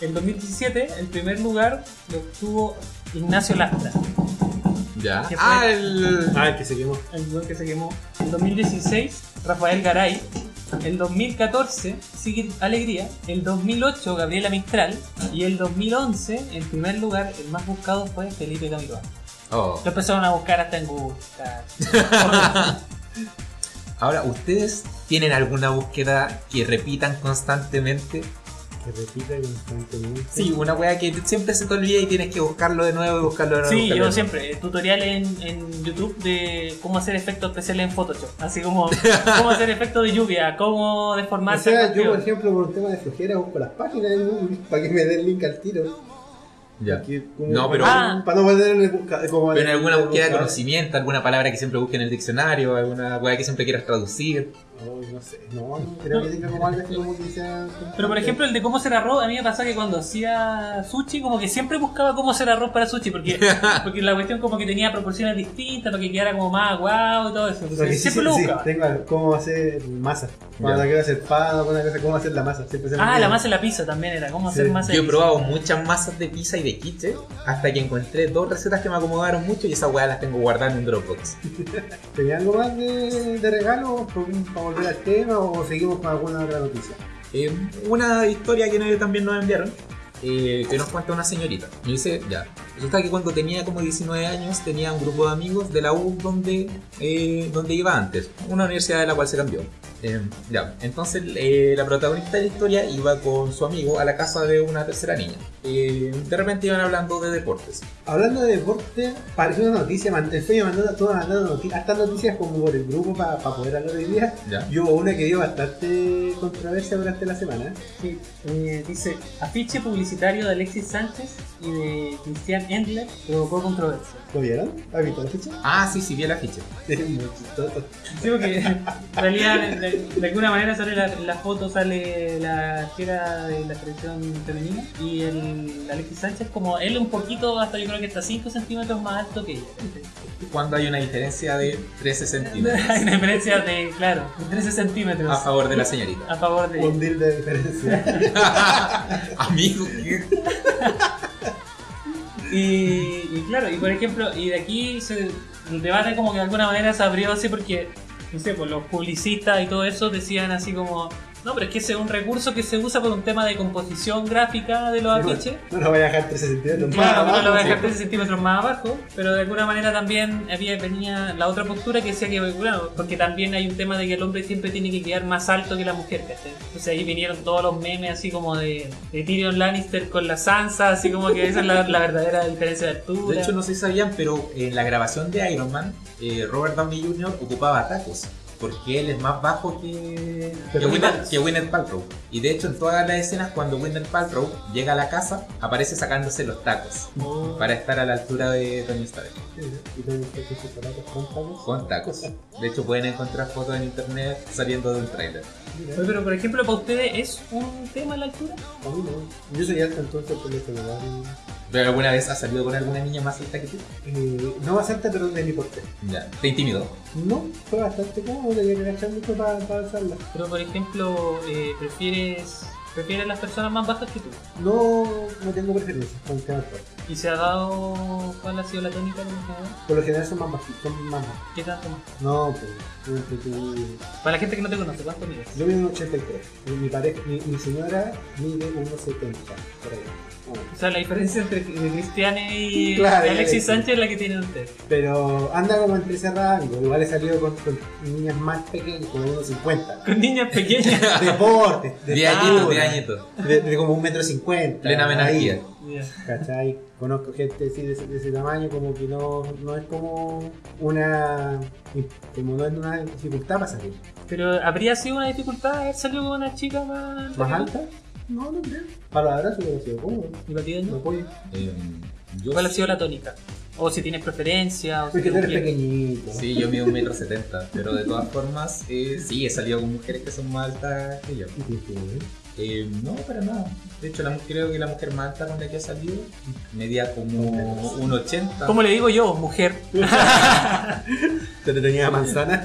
S3: en 2017 el primer lugar lo obtuvo Ignacio Lastra,
S2: Ya.
S3: [LAUGHS] ¿Qué fue?
S2: [LAUGHS] Ah, el.
S1: Ah, el que se quemó.
S3: el weón que se quemó. En 2016 Rafael Garay. En 2014 Sigrid Alegría. El 2008 Gabriela Mistral. Y el 2011, en primer lugar, el más buscado fue Felipe Camiroaga.
S2: Oh.
S3: Lo empezaron a buscar hasta en Google. está-
S2: Ahora, ¿ustedes tienen alguna búsqueda que repitan constantemente?
S1: Que repite constantemente.
S2: Sí, una weá que siempre se te olvida y tienes que buscarlo de nuevo y buscarlo de nuevo.
S3: Sí,
S2: buscarlo
S3: yo
S2: de nuevo.
S3: siempre, eh, tutorial en, en YouTube de cómo hacer efectos especiales en Photoshop. Así como cómo hacer efectos de lluvia, cómo deformar.
S1: O sea,
S3: tal
S1: yo por
S3: cuestión.
S1: ejemplo por un tema de flojera busco las páginas de Google [LAUGHS] para que me den link al tiro.
S2: Ya.
S1: Que como-
S2: No, pero-
S3: Ah.
S1: Para no perder en el busca- eh, como
S2: Pero en
S1: el-
S2: alguna
S1: el
S2: búsqueda de
S1: buscador.
S2: conocimiento, alguna palabra que siempre busques en el diccionario, alguna weá que siempre quieras traducir.
S1: Ay, no sé, no, no creo que tenga como algo así como que sea.
S3: Pero por ejemplo, el de cómo hacer arroz, a mí me pasaba que cuando hacía sushi, como que siempre buscaba cómo hacer arroz para
S1: [LAUGHS]
S3: sushi, porque, porque la cuestión como que tenía proporciones distintas, para que quedara como más guau y todo eso.
S1: Lo que
S3: Entonces,
S1: sí,
S3: siempre
S1: sí,
S3: lo
S1: sí,
S3: buscaba.
S1: tengo cómo hacer masa. Cuando
S2: Ya.
S1: quiero hacer pan, alguna cosa, cómo hacer la masa. Siempre se me
S3: Ah,
S1: olvida.
S3: la masa en la pizza también era, cómo hacer
S1: Sí,
S3: masa
S2: Yo
S3: de
S2: he
S3: pizza.
S2: probado muchas masas de pizza y de quiche hasta que encontré dos recetas que me acomodaron mucho y esas weá las tengo guardadas en un Dropbox.
S1: ¿Tenía algo más de, de regalo para volver al tema o seguimos con alguna otra noticia?
S2: Eh, una historia que no- también nos enviaron, eh, que nos cuenta una señorita. Me dice, ya, resulta que cuando tenía como 19 años tenía un grupo de amigos de la U donde, eh, donde iba antes, una universidad de la cual se cambió. Eh, ya, entonces eh, la protagonista de la historia iba con su amigo a la casa de una tercera niña. Eh, de repente iban hablando de deportes.
S1: Hablando de deporte, parece una noticia, man- el sueño mandando todas mandando noticias, hasta noticias como por el grupo para poder hablar hoy día.
S2: Ya.
S1: Y hubo una que dio bastante controversia durante la semana.
S3: Sí, eh, dice, afiche publicitario de Alexis Sánchez y de Cristian Endler provocó controversia.
S1: ¿Lo vieron? ¿Has visto la ficha?
S2: Ah, sí, sí, vi el afiche.
S1: [LAUGHS] Es muy chistoso.
S3: Sí, porque en realidad de, de alguna manera sale la, en la foto, sale la chica de la selección femenina y el Alexis Sánchez como él un poquito, hasta yo creo que hasta 5 centímetros más alto que ella.
S2: Cuando hay una diferencia de 13 centímetros
S3: Hay una diferencia de, claro, de 13 centímetros
S2: a
S3: a,
S2: favor de la señorita.
S3: favor de
S1: Un deal de diferencia.
S2: Amigo, ¿qué?
S3: Y, y claro, y por ejemplo, y de aquí se, el debate como que de alguna manera se abrió así porque, no sé, pues los publicistas y todo eso decían así como, no, pero es que ese es un recurso que se usa por un tema de composición gráfica de los
S2: pues.
S3: afiches.
S1: No lo voy a dejar 13 centímetros más
S3: Claro, no
S1: abajo,
S3: lo voy a
S1: sí.
S3: dejar 13 centímetros más abajo, pero de alguna manera también había, venía la otra postura que decía que, bueno, porque también hay un tema de que el hombre siempre tiene que quedar más alto que la mujer, ¿cachai? Entonces ahí vinieron todos los memes así como de, de Tyrion Lannister con la Sansa, así como que esa es la, la verdadera diferencia de altura.
S2: De hecho, no sé si sabían, pero en la grabación de Iron Man, eh, Robert Downey Jr. ocupaba tacos. Porque él es más bajo que, que,
S1: Pero-
S2: Gwyneth, que Gwyneth Paltrow. Y de hecho, en todas las escenas, cuando Gwyneth Paltrow llega a la casa, aparece sacándose los tacos.
S3: Oh.
S2: Para estar a la altura de Tony Stark.
S1: Y tengo que hacer chocolates con tacos.
S2: Con tacos. De hecho, pueden encontrar fotos en internet saliendo de un trailer.
S3: Oye, Pero por ejemplo, para ustedes es un tema la altura.
S1: A mí no. Yo soy alto entonces por lo que me dan.
S2: ¿Pero alguna vez has salido con alguna niña más alta que tú?
S1: Eh, no bastante, pero de mi porte.
S2: Ya. ¿Te intimidó?
S1: No, fue bastante cómodo, tenía que agachar mucho para, para usarla.
S3: Pero por ejemplo, eh, prefieres prefiere las personas más bajas que tú.
S1: No, no tengo preferencia con el tema del cuerpo.
S3: ¿Y se ha dado cuál ha sido la tónica en general?
S1: Por lo general son más bajitos, son más bajos.
S3: ¿Qué tanto más?
S1: No, pues, entre tu-
S3: Para la gente que no te conoce, ¿cuánto mides?
S1: Yo mido un 83. y Mi, pareja, mi, mi señora mide 1,70. Por ahí.
S3: O sea, la diferencia entre Cristiane y
S1: Claro,
S3: y
S1: ya
S3: Alexis
S1: ves.
S3: Sánchez es la que tienen ustedes.
S1: Pero anda como entre ese rango. Igual he salido con, con niñas más pequeñas, como 1,50.
S3: Con niñas
S1: [LAUGHS]
S3: pequeñas.
S1: Deportes, de,
S2: De añitos, de añitos.
S1: de, de como 1,50m.
S2: Plena menarquía.
S3: Ya.
S1: ¿Cachai? Conozco gente así de, ese- de ese tamaño, como que no, no es como una. como no es una dificultad para salir.
S3: Pero habría sido una dificultad haber salido con una chica más,
S1: ¿Más alta? No, no creo. Para los abrazos hubiera sido cómodo.
S3: ¿Y para ti, Daniel?
S1: No apoyo.
S2: Eh, yo
S3: ¿Cuál ha sido la tónica? O si tienes preferencia, o si
S1: Es que tú
S3: te
S1: eres
S3: gusta-
S1: pequeñito.
S2: Sí, yo mido un metro setenta, pero de todas formas, eh, sí, he salido con mujeres que son más altas que yo.
S1: Y te- te-
S2: Eh, no, para nada. De hecho, la, mu- creo que la mujer más alta con la que he salido medía como un 80.
S3: ¿Cómo le digo yo, mujer?
S1: Te le tenía manzana.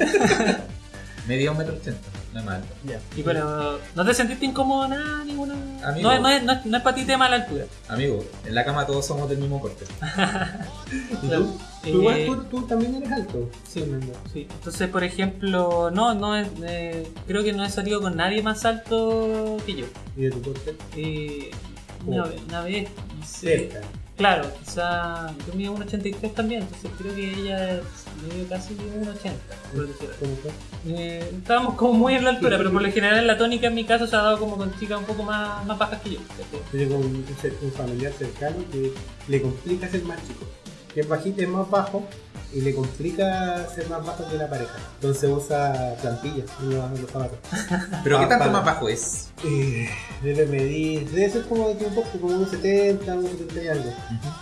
S2: Medía un metro ochenta, la más alta.
S1: Mm.
S3: Y pero, ¿no te sentiste incómodo nada, ninguna?
S2: Amigo.
S3: No, no es, no, es, no es para ti tema de la altura.
S2: Amigo, en la cama todos somos del mismo corte.
S1: ¿Y
S3: Claro.
S1: tú? Tú Igual
S3: Eh,
S1: tú, tú también eres alto.
S3: Sí.
S1: Fernando.
S3: Sí. Entonces, por ejemplo, no, no es, eh, creo que no he salido con nadie más alto que yo.
S1: ¿Y de tu corte?
S3: Eh, una,
S1: Oh.
S3: ve- una vez, no sé.
S1: Cerca.
S3: Claro, quizá yo mido 1,83 también, entonces creo que ella es medio casi que 1,80. por decirlo así.
S1: ¿Cómo fue?
S3: Eh, estábamos como muy en la altura, pero por lo general la tónica en mi caso se ha dado como con chicas un poco más, más bajas que yo. ¿cachai?
S1: Yo tengo un, un cer- un familiar cercano que le complica ser más chico. Que es bajito, es más bajo y le complica ser más bajo que la pareja. Entonces usa plantillas en los, en los zapatos.
S2: Pero ¿qué
S1: Ah,
S2: tanto
S1: para.
S2: más bajo es?
S1: Eh, debe medir, debe ser como de tiempo, como unos 70, unos 70 y algo.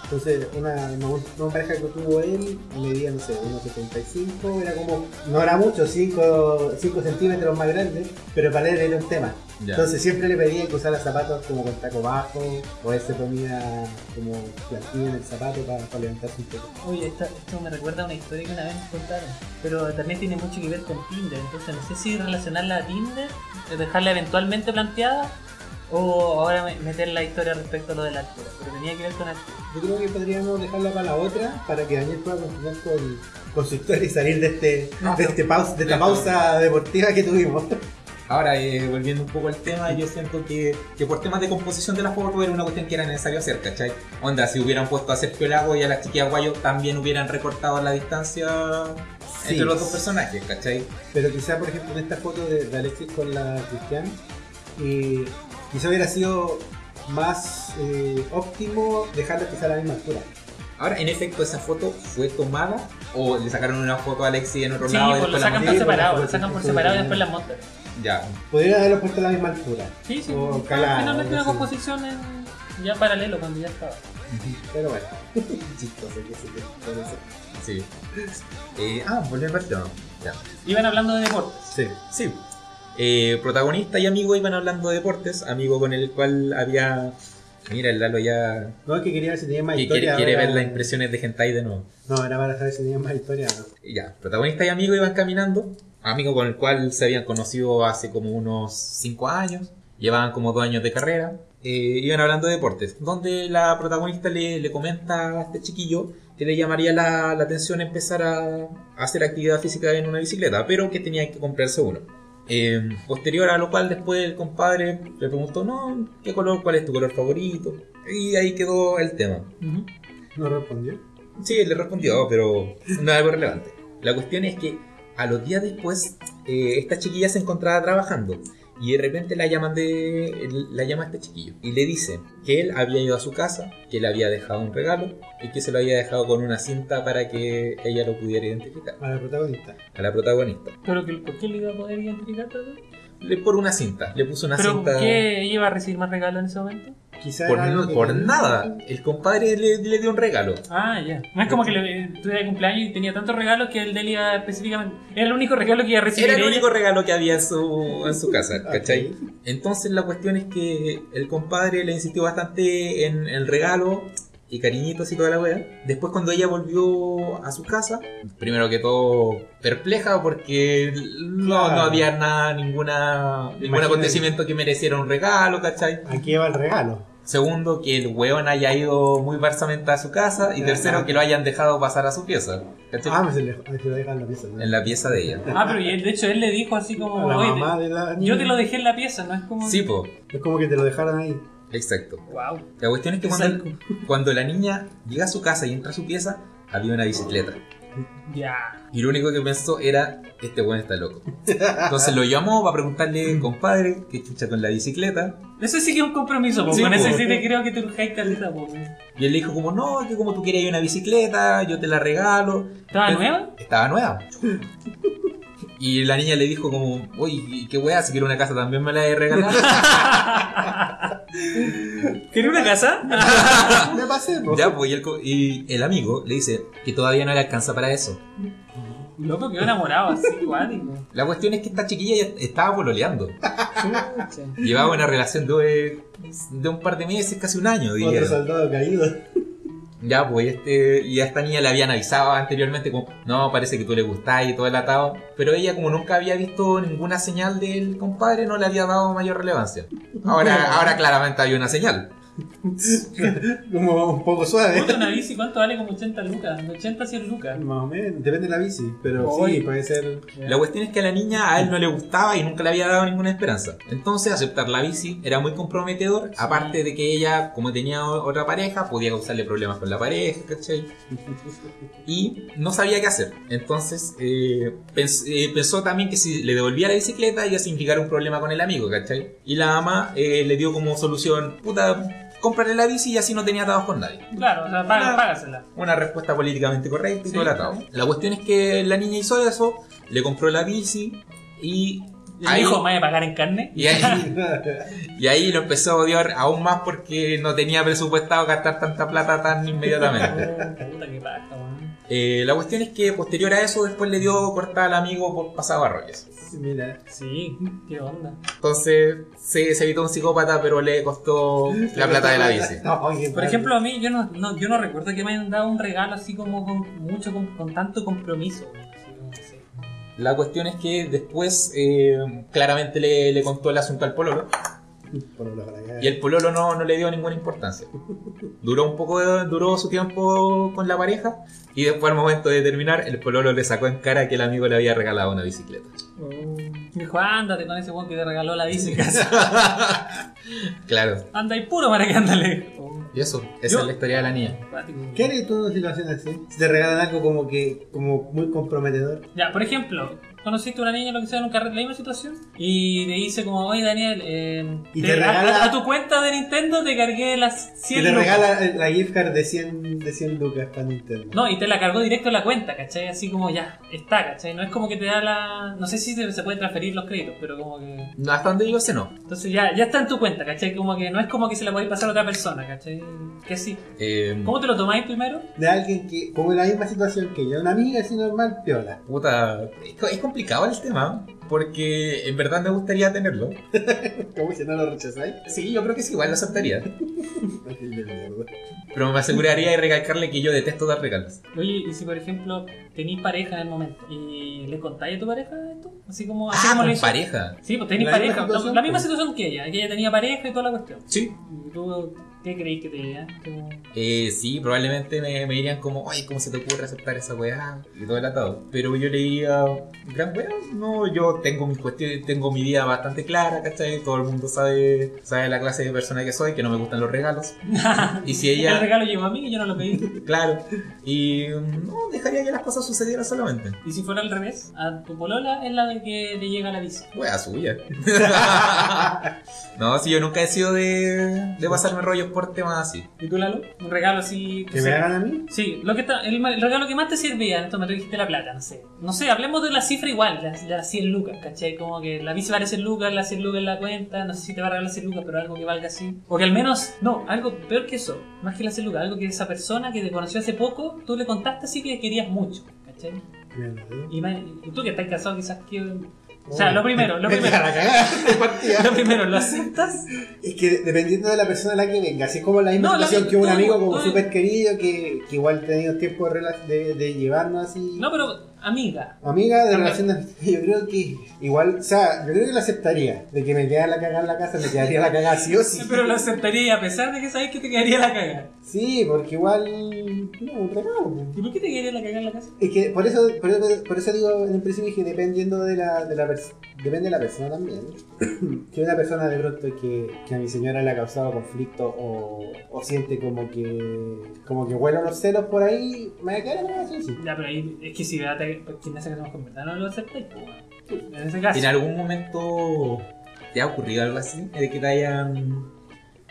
S1: Entonces, una, una- una pareja que tuvo él medía, no sé, unos 75, era como, no era mucho, 5, centímetros más grande, pero para él era un tema.
S2: Ya.
S1: Entonces siempre le pedía que usara zapatos como con taco bajo, o él se ponía como plantilla en el zapato para, para levantarse un poco.
S3: Oye, esta- esto me recuerda a una historia que una vez nos contaron, pero también tiene mucho que ver con Tinder, entonces no sé si relacionarla a Tinder, eh, dejarla eventualmente planteada, o ahora me- meter la historia respecto a lo de la altura, pero tenía que ver con altura.
S1: Yo creo que podríamos dejarla para la otra, para que Daniel pueda continuar con, con su historia y salir de, este,
S2: Ah.
S1: de, este paus- de esta pausa deportiva que tuvimos.
S2: Ahora, eh, volviendo un poco al tema, yo siento que, que por temas de composición de la foto era una cuestión que era necesario hacer, ¿cachai? Onda, si hubieran puesto a Sergio Lago y a las chiquillas guayo, también hubieran recortado la distancia
S1: Sí.
S2: entre los dos personajes, ¿cachai?
S1: Pero quizá, por ejemplo, en esta foto de, de Alexis con la Cristian, eh, quizá hubiera sido más eh, óptimo dejarla quizá a la misma altura.
S2: Ahora, en efecto, esa foto fue tomada o le sacaron una foto a Alexi en otro
S3: Sí,
S2: lado y
S3: pues lo
S2: después
S3: sacan por
S1: montan.
S3: separado,
S1: Sí,
S3: lo sacan por
S1: porque-
S3: separado y después la montan.
S2: montaron. Ya,
S1: Podrían haberlo puesto a la misma altura.
S3: Sí, sí,
S1: O
S3: fue
S1: calado,
S3: finalmente una
S1: algo así.
S3: composición en- ya paralelo cuando ya estaba.
S1: Pero bueno, [LAUGHS] chistoso que se que- pero sí.
S2: sí. Eh, ah, volviendo al tema. Ya.
S3: Iban hablando de deportes.
S1: Sí.
S2: Sí. Eh, protagonista y amigo iban hablando de deportes, amigo con el cual había... Mira, el Lalo ya...
S1: No, es que quería ver si tenía más
S2: que quiere,
S1: historia.
S2: quiere
S1: ahora.
S2: ver las impresiones de Gentai de nuevo.
S1: No, era para saber si tenía más historia. o no.
S2: Y Ya, protagonista y amigo iban caminando. Amigo con el cual se habían conocido hace como unos 5 años. Llevaban como 2 años de carrera. Eh, iban hablando de deportes. Donde la protagonista le, le comenta a este chiquillo que le llamaría la, la atención empezar a, a hacer actividad física en una bicicleta, pero que tenía que comprarse uno. Eh, posterior a lo cual después el compadre le preguntó, no, ¿qué color? ¿Cuál es tu color favorito? Y ahí quedó el tema.
S1: No respondió.
S2: Sí, le respondió, pero no es algo relevante. La cuestión es que a los días después, eh, esta chiquilla se encontraba trabajando y de repente la llaman de. la llama este chiquillo y le dice que él había ido a su casa, que le había dejado un regalo y que se lo había dejado con una cinta para que ella lo pudiera identificar
S1: A la protagonista.
S2: a la protagonista.
S3: Pero que, ¿por qué le iba a poder identificar, perdón?
S2: Le, por una cinta, le puso una
S3: ¿Pero
S2: cinta.
S3: qué iba a recibir más regalo en ese momento?
S1: Quizá
S2: Por,
S1: era algo que-
S2: por nada, el compadre le, le dio un regalo.
S3: Ah, ya. No es como que le, tuviera de cumpleaños y tenía tantos regalos que el de él iba específicamente. Era el único regalo que iba a recibir.
S2: Era el
S3: ella.
S2: único regalo que había en su, en su casa,
S1: Ok.
S2: ¿cachai? Entonces la cuestión es que el compadre le insistió bastante en el regalo y cariñitos y toda la wea. Después cuando ella volvió a su casa, primero que todo perpleja porque no,
S1: Claro.
S2: no había nada, ninguna, ningún
S1: Imagínate.
S2: acontecimiento que mereciera un regalo, ¿cachai?
S1: Aquí va el regalo.
S2: Segundo, que el weón haya ido muy barsamente a su casa. Y
S1: Ya,
S2: tercero,
S1: ya.
S2: que lo hayan dejado pasar a su pieza. ¿cachai?
S1: Ah, me se le, se lo dejan en la pieza. ¿no?
S2: En la pieza de ella.
S3: Ah, pero y él- de hecho él le dijo así
S1: A
S3: como,
S1: la
S3: "Oye,
S1: mamá de la
S3: yo te
S1: niña.
S3: lo dejé en la pieza, ¿no? Es como...
S2: Sí, po.
S1: Es como que te lo dejaran ahí.
S2: Exacto.
S3: Wow.
S2: La cuestión es que
S3: Qué
S2: cuando, cuando la niña llega a su casa y entra a su pieza, había una bicicleta.
S3: Ya.
S2: Y lo único que pensó era, este weón está loco. Entonces lo llamó para preguntarle,
S3: Mm.
S2: compadre, ¿qué chucha con la bicicleta?
S3: Ese sí que es un compromiso, porque
S2: Sí,
S3: con
S2: po.
S3: ese sí te creo que te urjáis caleta, po.
S2: Y él le dijo como, no, que como tú querías una bicicleta, yo te la regalo.
S3: ¿Estaba
S2: Pero-
S3: nueva?
S2: Estaba nueva. [LAUGHS] Y la niña le dijo como, uy, qué weá, si quiero una casa también me la
S3: [LAUGHS]
S2: he regalado.
S3: [LAUGHS] ¿Quería una casa?
S1: Me pasé, po.
S2: ya, pues, y el, co- y el amigo le dice que todavía no le alcanza para eso.
S3: Loco, quedó enamorado así, cuático.
S2: La cuestión es que esta chiquilla ya estaba pololeando.
S3: Chucha.
S2: Llevaba una relación de, de un par de meses, casi un año,
S1: Otro
S2: diría.
S1: soldado caído. [LAUGHS]
S2: Ya, pues, este, y a esta niña le habían avisado anteriormente como, no, parece que tú le gustás y todo el atado. Pero ella, como nunca había visto ninguna señal del compadre, no le había dado mayor relevancia. Ahora, ahora claramente hay una señal.
S1: Como un poco suave.
S3: Puta, una bici, ¿cuánto vale? Como 80 lucas. 80, 100 lucas.
S1: Más o menos, depende de la bici, pero
S3: Oy.
S1: sí, puede ser. [LAUGHS]
S2: La cuestión es que a la niña a él no le gustaba y nunca le había dado ninguna esperanza. Entonces aceptar la bici era muy comprometedor, aparte de que ella, como tenía o- otra pareja, podía causarle problemas con la pareja, ¿cachai? Y no sabía qué hacer. Entonces eh, pens- eh, pensó también que si le devolvía la bicicleta iba a significar un problema con el amigo, ¿cachai? Y la mamá eh, le dio como solución, puta, cómprale la bici y así no tenía atados con nadie
S3: Claro, o sea, paga-
S2: Ah.
S3: págasela.
S2: una respuesta políticamente correcta y
S3: Sí,
S2: todo el atado.
S3: claro.
S2: La cuestión es que la niña hizo eso, le compró la bici y
S3: Y
S2: ahí,
S3: dijo, ¿me voy a pagar en carne?
S2: y ahí, y ahí lo empezó a odiar aún más porque no tenía presupuestado gastar tanta plata tan inmediatamente.
S3: Oh, puta, qué paja, weón.
S2: Eh, la cuestión es que posterior a eso después le dio cortada al amigo por pasado a rollos.
S1: Mira,
S3: Sí, qué onda.
S2: Entonces se, se evitó un psicópata pero le costó la plata de la bici.
S1: [LAUGHS] No, qué
S3: Por
S1: padre.
S3: ejemplo, a mí, yo no, no- yo no recuerdo que me hayan dado un regalo así como con, mucho, con, con tanto compromiso. weón. Así como, no sé.
S2: La cuestión es que después eh, claramente le, le contó el asunto al pololo.
S1: Por lo para acá.
S2: Y el pololo no, no le dio ninguna importancia. Duró un poco, de- duró su tiempo con la pareja y después al momento de terminar el pololo le sacó en cara que el amigo le había regalado una bicicleta. [LAUGHS]
S3: Oh. Me dijo, ándate con ese weón que te regaló la bici.
S2: Claro.
S3: Anda y puro para que ándale.
S2: Y eso, esa
S3: Yo-
S2: es la historia de la niña.
S1: ¿Qué harías tú en una situación así? Si te regalan algo como que como muy comprometedor.
S3: Ya, por ejemplo, conociste a una niña, lo que sea, en un carrete, la misma situación, y le dice como, oye Daniel, eh,
S1: Y te
S3: a-
S1: regala-
S3: a, a tu cuenta de Nintendo te cargué las 100
S1: Y le
S3: lucas".
S1: regala la gift card de 100, de 100 lucas para Nintendo.
S3: No, y te la cargó directo en la cuenta, ¿cachai? Así como ya, está, ¿cachai? No es como que te da la... No sé si se, se pueden transferir los créditos, pero como que...
S2: No, hasta donde yo sé no.
S3: Entonces ya, ya está en tu cuenta, ¿cachai? Como que no es como que se la podéis pasar a otra persona, ¿cachai? Que sí.
S1: Mm.
S2: Eh,
S3: ¿Cómo te lo tomáis primero?
S1: De alguien que, como en la misma situación que yo, una amiga así normal,
S3: [LAUGHS]
S1: piola.
S2: puta, es, co- es complicado el tema porque en verdad me gustaría tenerlo.
S1: Como si no lo rechazáis.
S2: Sí, yo creo que sí, igual lo aceptaría.
S1: Así de mierda.
S2: Pero me aseguraría de recalcarle que yo detesto dar regalos.
S3: Oye, y si por ejemplo tenéis pareja en el momento y le contáis a tu pareja esto, así como... así
S2: Ah,
S3: como lo
S2: con
S3: hizo-
S2: pareja.
S3: Sí, pues tenéis
S1: La misma
S3: pareja,
S1: situación,
S3: la misma
S1: pues.
S3: situación que ella, que ella tenía pareja y toda la cuestión.
S2: Sí.
S3: ¿Y ¿Tú qué creéis que te diga? Como-
S2: Eh, sí, probablemente me, me dirían como, oye, ¿cómo se te ocurre aceptar esa weá? Y todo el atado. Pero yo le diría, gran weá, no, yo tengo mis cuestiones, tengo mi vida bastante clara, ¿cachai? Todo el mundo sabe, sabe la clase de persona que soy, que no me gustan los regalos. y si
S3: El
S2: ella,
S3: "Este regalo llegó a mí y yo no lo pedí.
S2: claro, y mm, no, dejaría que las cosas sucedieran solamente.
S3: y si fuera al revés, a tu polola es la de que le llega la bici.
S5: [LAUGHS]
S2: Wea suya. no, si yo nunca he sido de, de pasarme rollos por temas así.
S3: ¿Y tú, Lalo? Un regalo así...
S1: ¿Que
S3: no
S1: me
S3: sé.
S1: hagan a mí?
S3: Sí, lo que está, el, ma- el regalo que más te servía, en esto me dijiste la plata, no sé. No sé, hablemos de la cifra igual, las, las 100 lucas, ¿cachai? Como que la bici vale 100 lucas, las 100 lucas en la cuenta, no sé si te va a regalar 100 lucas, pero algo que valga así. O que al menos, no, algo peor que eso, más que las 100 lucas, algo que esa persona que te conoció hace poco, tú le contaste así que querías mucho, ¿cachai?
S1: Mira, ¿no?
S3: Y, ma- y tú que estás casado, quizás que O sea, lo
S1: [LAUGHS]
S3: primero, lo
S1: Me
S3: primero.
S1: deja la cagada de partida.
S3: Lo primero, lo aceptas.
S1: Es que dependiendo de la persona a la que venga, así es como la misma
S3: No, la
S1: situación
S3: mi-
S1: que un
S3: todo,
S1: amigo como
S3: todo.
S1: súper querido que, que igual ha tenido tiempo de, rela- de, de llevarnos así.
S3: No, pero amiga.
S1: Amiga de
S3: También.
S1: relación de amistad, yo creo que igual, o sea, yo creo que la aceptaría. De que me quedara la cagada en la casa, me quedaría la cagada sí o sí.
S3: Pero lo aceptaría y a pesar de que sabes que te quedaría la cagada.
S1: Sí, porque igual. No, un regalo. pues.
S3: ¿Y por qué te quedaría la cagada en la casa?
S1: Es que por eso, por eso, por eso digo en el principio que dependiendo de la, de la pers- depende de la persona también. [COUGHS] si una persona de pronto que, que a mi señora le ha causado conflicto o, o siente como que como que huelo los celos por ahí, me va a quedar la sí, sí.
S3: Ya, pero ahí es que si verdad te- pues, ¿quién hace que somos con verdad? No lo aceptas. pues, bueno. En ese caso.
S5: ¿En algún momento te ha ocurrido algo así? ¿De que te hayan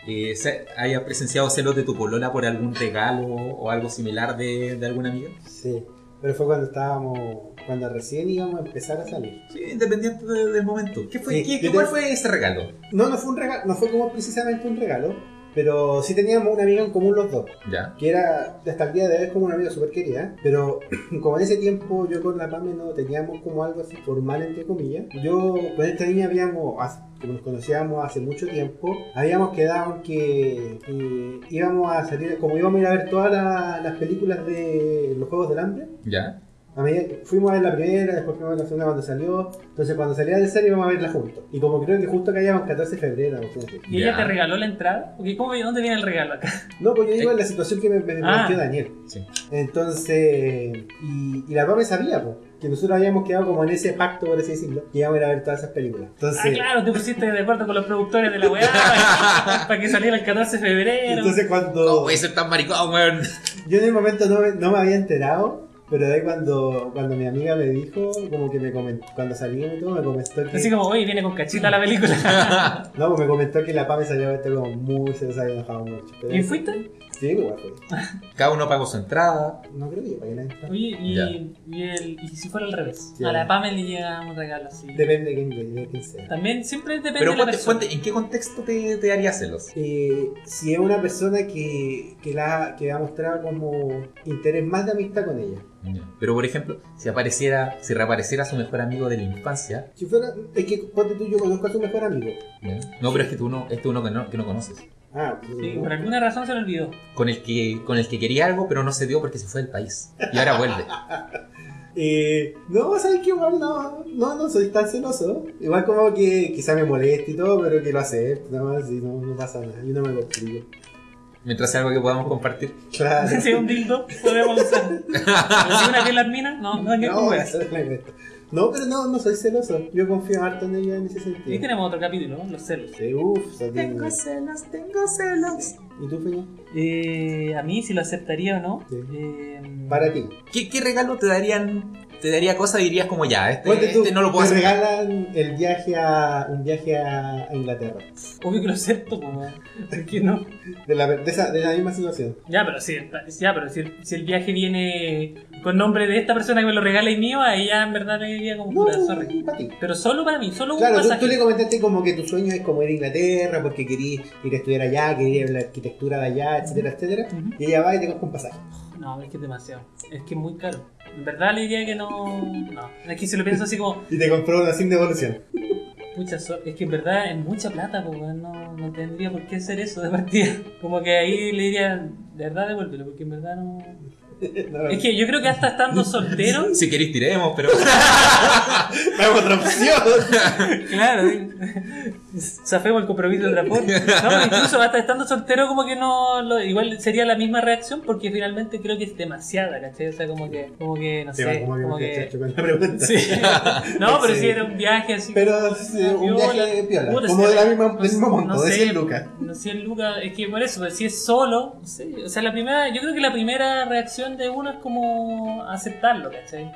S5: eh, se- hayas presenciado celos de tu polola por algún regalo o algo similar de, de alguna amiga?
S1: Sí. Pero fue cuando estábamos, cuando recién íbamos a empezar a salir.
S5: Sí, independiente de- del momento. ¿Qué fue,
S1: Sí,
S5: qué-
S1: yo
S5: qué-
S1: te-
S5: ¿Cuál fue ese regalo?
S1: No, no fue un regalo, no fue como precisamente un regalo, pero sí teníamos una amiga en común los dos.
S5: Ya.
S1: que era hasta el día de hoy es como una amiga súper querida, pero [CLEARS THROAT] como en ese tiempo yo con la Pame no teníamos como algo así formal entre comillas, yo con esta niña habíamos, hace- que nos conocíamos hace mucho tiempo, habíamos quedado en que eh, íbamos a salir, como íbamos a ir a ver todas la- las películas de los Juegos del Hambre,
S5: Ya.
S1: a medida que fuimos a ver la primera, después fuimos a ver la segunda cuando salió, entonces cuando salía del serie íbamos a verla juntos, y como creo que justo caíamos 14 de febrero, o sea,
S3: ¿Y ella
S5: Ya.
S3: te regaló la entrada? Porque ¿cómo, ¿Dónde viene el regalo acá?
S1: No, pues yo digo en la situación que me, me
S3: Eh. Ah.
S1: planteó Daniel.
S5: Sí.
S1: Entonces, y, y la Pame sabía, pues, que nosotros habíamos quedado como en ese pacto, por así decirlo, que íbamos a ir a ver todas esas películas. Entonces,
S3: Ah, claro, te pusiste de acuerdo con los productores de la weá para, para que saliera el 14 de febrero.
S1: entonces
S5: No
S1: cuando
S3: pues.
S5: voy a ser tan maricón, weón.
S1: yo en el momento no, me- no me había enterado, pero de ahí cuando, cuando mi amiga me dijo, como que me comentó, cuando salimos y todo, me comentó que...
S3: Así como, oye, viene con cachita la película.
S1: [LAUGHS] No, pues me comentó que la Pame se había puesto como muy se había enojado mucho. Pero-
S3: ¿Y fuiste?
S1: Sí, igual fue.
S5: Cada uno pagó su entrada.
S1: No creo que yo pagué la entrada.
S3: Oye, y,
S5: Ya.
S3: y, el- y si fuera al revés.
S1: Sí.
S3: A la Pamela le llega un regalo así.
S1: Depende de quién, de quién sea.
S3: También siempre depende
S5: Pero
S3: de la
S5: cuente-
S3: persona.
S5: cuente, ¿en qué contexto te, te haría celos?
S1: Eh, si es una persona que, que la que ha mostrado como interés más de amistad con ella.
S5: Pero por ejemplo, si apareciera, si reapareciera su mejor amigo de la infancia.
S1: Si fuera, es que ponte tú, yo conozco a su mejor amigo.
S5: No, pero es que tú no, este uno que no, que no conoces.
S1: Ah,
S3: Sí,
S1: no.
S3: por alguna razón se lo olvidó.
S5: Con el que, con el que quería algo, pero no se dio porque se fue del país. Y ahora vuelve. [LAUGHS]
S1: Eh, no, sabes que igual no, no, no soy tan celoso. Igual como que quizá me moleste y todo, pero que lo acepto, nada más, y no, no pasa nada, yo no me complico.
S5: Mientras sea algo que podamos compartir.
S1: Claro.
S3: [LAUGHS] Si es un dildo, podemos usar. Pero si una que las minas, no, no hay que
S1: [LAUGHS] No,
S3: comer.
S1: eso es la neta. no, pero no, no soy celoso. Yo confío harto en ella en ese
S3: Y
S1: sentido.
S3: tenemos otro capítulo, ¿no? los celos.
S1: Sí, uf, tengo
S5: celos, tengo celos.
S1: ¿Y tú, Peña?
S3: Eh, a mí, si lo aceptaría o no.
S1: Sí.
S3: eh,
S1: Para ti.
S5: ¿Qué, qué regalo te darían? Te daría cosa, dirías como ya, este,
S3: Eh,
S1: Ponte tú,
S5: este no lo puedo
S1: te
S5: hacer.
S1: regalan el viaje a, un viaje a a Inglaterra.
S3: Obvio que lo acepto, po,
S1: [LAUGHS]
S3: weón. ¿por qué no?
S1: De la, de, esa, de la misma situación.
S3: Ya, pero, si, ya, pero si, si el viaje viene con nombre de esta persona que me lo regala y mío, ahí ya en verdad me diría como
S1: No,
S3: puta, sorry.
S1: para ti.
S3: Pero solo para mí, solo un
S1: Claro, tú,
S3: pasaje.
S1: tú le comentaste como que tu sueño es como ir a Inglaterra porque querías ir a estudiar allá, querías ir a la arquitectura de allá, etcétera, etcétera.
S3: Ujú.
S1: Y ella va y te compra un pasaje.
S3: No, es que es demasiado. Es que es muy caro. En verdad le diría que no. No. Es que si lo pienso así como,
S1: Y te compró una sin devolución. [LAUGHS]
S3: pucha, so- es que en verdad es mucha plata, pues no, no tendría por qué hacer eso de partida. [LAUGHS] Como que ahí le diría, de verdad devuélvelo, porque en verdad no.
S1: No,
S3: Es que yo creo que hasta estando soltero.
S1: [LAUGHS]
S5: Si queréis tiremos, pero
S1: no, otra
S3: [LAUGHS]
S1: opción.
S3: Claro, [LAUGHS] zafemos el compromiso de otra forma. No, pues incluso hasta estando soltero, como que no. lo- igual sería la misma reacción porque finalmente creo que es demasiada, ¿cachai? O sea, como que, como que no
S1: Se va
S3: sé.
S1: como
S3: Como
S1: bien
S3: que,
S1: muchacho con la pregunta.
S3: [LAUGHS] sí. Ah, No, pero
S1: Sí.
S3: si era un viaje así.
S1: Pero sí, un
S3: Piola.
S1: viaje de piola.
S3: Puta,
S1: como
S3: si
S1: de la
S3: era-
S1: misma,
S3: no
S1: del mismo
S3: sé,
S1: monto,
S3: no
S1: de
S3: sé,
S1: 100 lucas.
S3: No 100 lucas, es que por eso, pues, si es solo, no sé, o sea, la primera, yo creo que la primera reacción de uno es como aceptarlo, ¿cachai?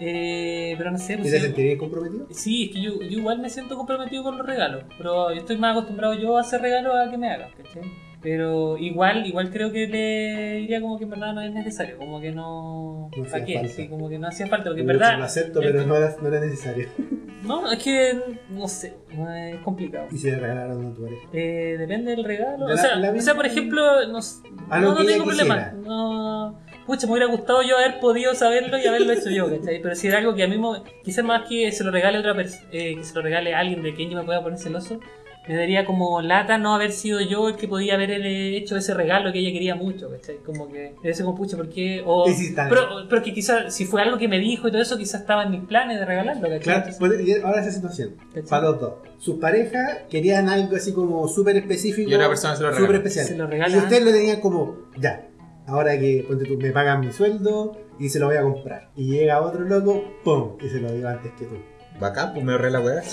S3: Eh, pero no sé,
S1: ¿Y
S3: pues,
S1: te
S3: sí,
S1: sentirías comprometido?
S3: Sí, es que yo, yo igual me siento comprometido con los regalos, pero yo estoy más acostumbrado yo a hacer regalos a que me hagan, ¿cachai? Pero igual, igual creo que le diría como que en verdad no es necesario, como que no...
S1: No hacía
S3: ¿Para qué?
S1: falta.
S3: Sí, como que no hacía falta, porque en
S1: Yo
S3: verdad...
S1: Lo acepto, pero no era, no era necesario. [LAUGHS]
S3: No, es que, no sé, no es complicado.
S1: Y se le regalaron a tu pareja.
S3: Eh, depende del regalo.
S1: De
S3: o,
S1: la-
S3: sea,
S1: la
S3: o
S1: misma-
S3: sea, por ejemplo, no, s-
S1: A
S3: no,
S1: lo
S3: no
S1: que ella
S3: tengo problema.
S1: quisiera.
S3: No, pucha, me hubiera gustado yo haber podido saberlo y haberlo hecho yo, ¿cachai? Pero si era algo que a mí, mo- quizás más que se lo regale a otra pers- eh, que se lo regale a alguien de quien yo me pueda poner celoso, me daría como lata no haber sido yo el que podía haber eh, hecho ese regalo que ella quería mucho, ¿cachai? Como que, me dice como, pucha, ¿por qué? O,
S1: Te hiciste algo.
S3: pero, pero que quizás, si fue algo que me dijo y todo eso, quizás estaba en mis planes de regalarlo, ¿cachai?
S1: Claro,
S3: Entonces,
S1: pues, y ahora esa situación.
S3: ¿Cachai?
S1: Para los dos. Sus parejas querían algo así como súper específico.
S5: [LAUGHS] Y otra persona se lo
S1: Súper
S5: regala.
S1: especial.
S3: Se lo regala.
S1: Y ustedes lo tenían como, ya, ahora que ponte tú, me pagan mi sueldo y se lo voy a comprar. Y llega otro loco, ¡pum! Y se lo dio antes que tú.
S5: Bacán, pues me ahorré la weá.
S3: [LAUGHS]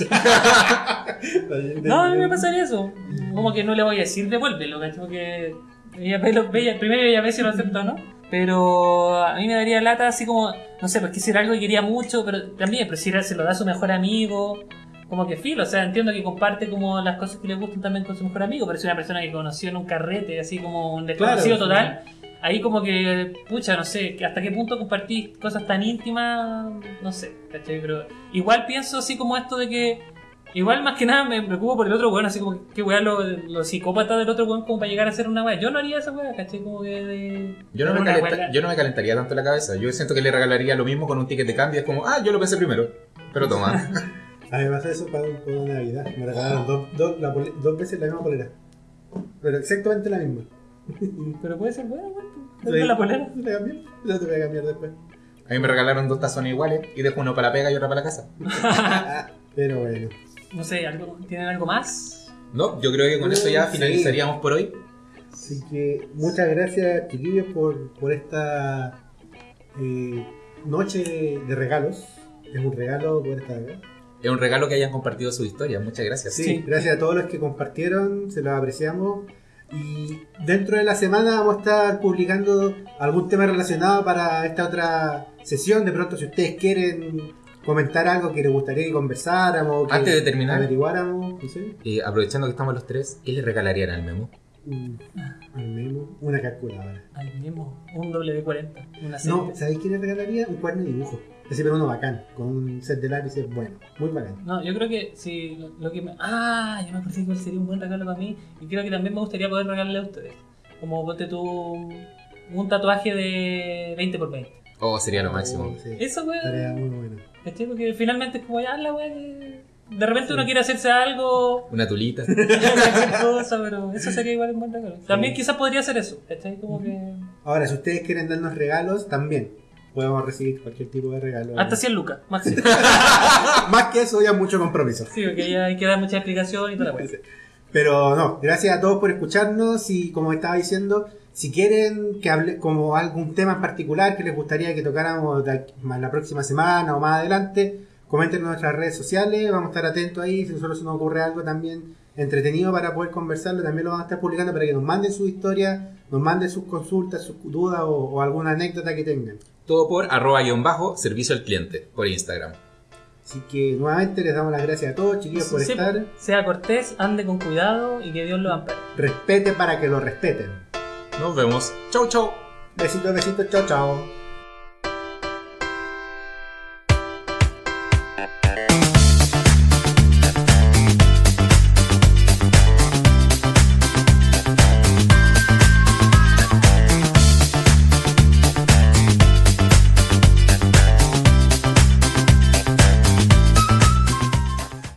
S3: No, a mí me pasaría eso. Como que no le voy a decir devuélvelo, ¿cachai? Porque ella ve lo- ve- primero ella ve si lo acepta o no. Pero a mí me daría lata así como, no sé, porque si era algo que quería mucho, pero también, pero si era- se lo da a su mejor amigo, como que filo, o sea, entiendo que comparte como las cosas que le gustan también con su mejor amigo, pero si una persona que conoció en un carrete, así como un desconocido
S1: Claro,
S3: total, ahí como que, pucha, no sé, que hasta qué punto compartís cosas tan íntimas, no sé, ¿cachai? Pero igual pienso así como esto de que Igual más que nada me preocupo por el otro weón, así como que weá los los psicópatas del otro weón como para llegar a ser una weá. Yo no haría esa weá, ¿cachai? Como que de.
S5: Yo no, me
S3: una
S5: calenta-
S3: weá-
S5: yo no me calentaría tanto la cabeza. Yo siento que le regalaría lo mismo con un ticket de cambio. Es como, ah, yo lo pensé primero. Pero toma.
S1: A mí me pasó eso para, para una Navidad. Me regalaron dos, dos, la pole- dos veces la misma polera. Pero exactamente la misma.
S3: Pero puede ser weá, weá.
S1: ¿Te
S3: Con la polera.
S1: ¿Te la cambié? La te voy a cambiar [LAUGHS] después.
S5: A mí me regalaron dos tazones iguales y dejo uno para la pega y otro para la casa.
S1: Pero bueno.
S3: No sé, ¿algo, ¿tienen algo más?
S5: No, yo creo que con eso ya
S1: Mm, Sí.
S5: finalizaríamos por hoy.
S1: Así que muchas gracias, chiquillos, por, por esta eh, noche de, de regalos. Es un regalo poder estar acá.
S5: Es un regalo que hayan compartido su historia. Muchas gracias.
S1: Sí,
S3: Sí.
S1: gracias a todos los que compartieron, se los apreciamos. Y dentro de la semana vamos a estar publicando algún tema relacionado para esta otra sesión. De pronto, si ustedes quieren comentar algo que les gustaría que conversáramos, que
S5: Antes de terminar.
S1: averiguáramos, no sé,
S5: Eh, aprovechando que estamos los tres, ¿qué le regalarían al memo?
S1: un- un memo, una calculadora.
S3: Al mismo, un W40,
S1: No,
S3: una serie.
S1: ¿sabéis quién le regalaría? Un cuaderno de dibujo. Así, pero uno bacán, con un set de lápices bueno, muy bacán.
S3: No, yo creo que si lo, lo que me... Ah, yo me acordé cuál sería un buen regalo para mí y creo que también me gustaría poder regalarle a ustedes. Como ponte tú un- un tatuaje de 20x20.
S5: Oh, sería lo máximo.
S1: Sí,
S3: Eso weá.
S1: Tarea muy buena.
S3: ¿Cachai? Porque finalmente es como ya la weá que. De repente
S1: Sí.
S3: uno quiere
S1: [LAUGHS]
S3: hacerse
S1: Oh.
S3: algo,
S5: Una tulita.
S3: cualquier cosa, pero eso sería igual un buen regalo. También quizás podría ser eso, ¿cachai? Como que.
S1: Ahora, si ustedes quieren darnos regalos, también podemos recibir cualquier tipo de regalo. Ah,
S3: Hasta 100 lucas, máximo.
S1: Más que eso, ya mucho compromiso.
S3: Sí, porque ya hay que dar mucha explicación y toda la weá.
S1: Pero no, gracias a todos por escucharnos y como estaba diciendo, si quieren que hable como algún tema en particular que les gustaría que tocáramos de aquí- más la próxima semana o más adelante, comenten en nuestras redes sociales, vamos a estar atentos ahí, si solo se nos ocurre algo también entretenido para poder conversarlo, también lo vamos a estar publicando para que nos manden sus historias, nos manden sus consultas, sus dudas o, o alguna anécdota que tengan.
S5: Todo por arroba guión bajo servicio al cliente por Instagram.
S1: Así que nuevamente les damos las gracias a todos, chiquillos, por
S3: Sí,
S1: estar.
S3: Sea cortés, ande con cuidado y que Dios lo ampare.
S1: Respete para que lo respeten.
S5: Nos vemos. Chau, chau.
S1: Besitos, besitos, chao, chao.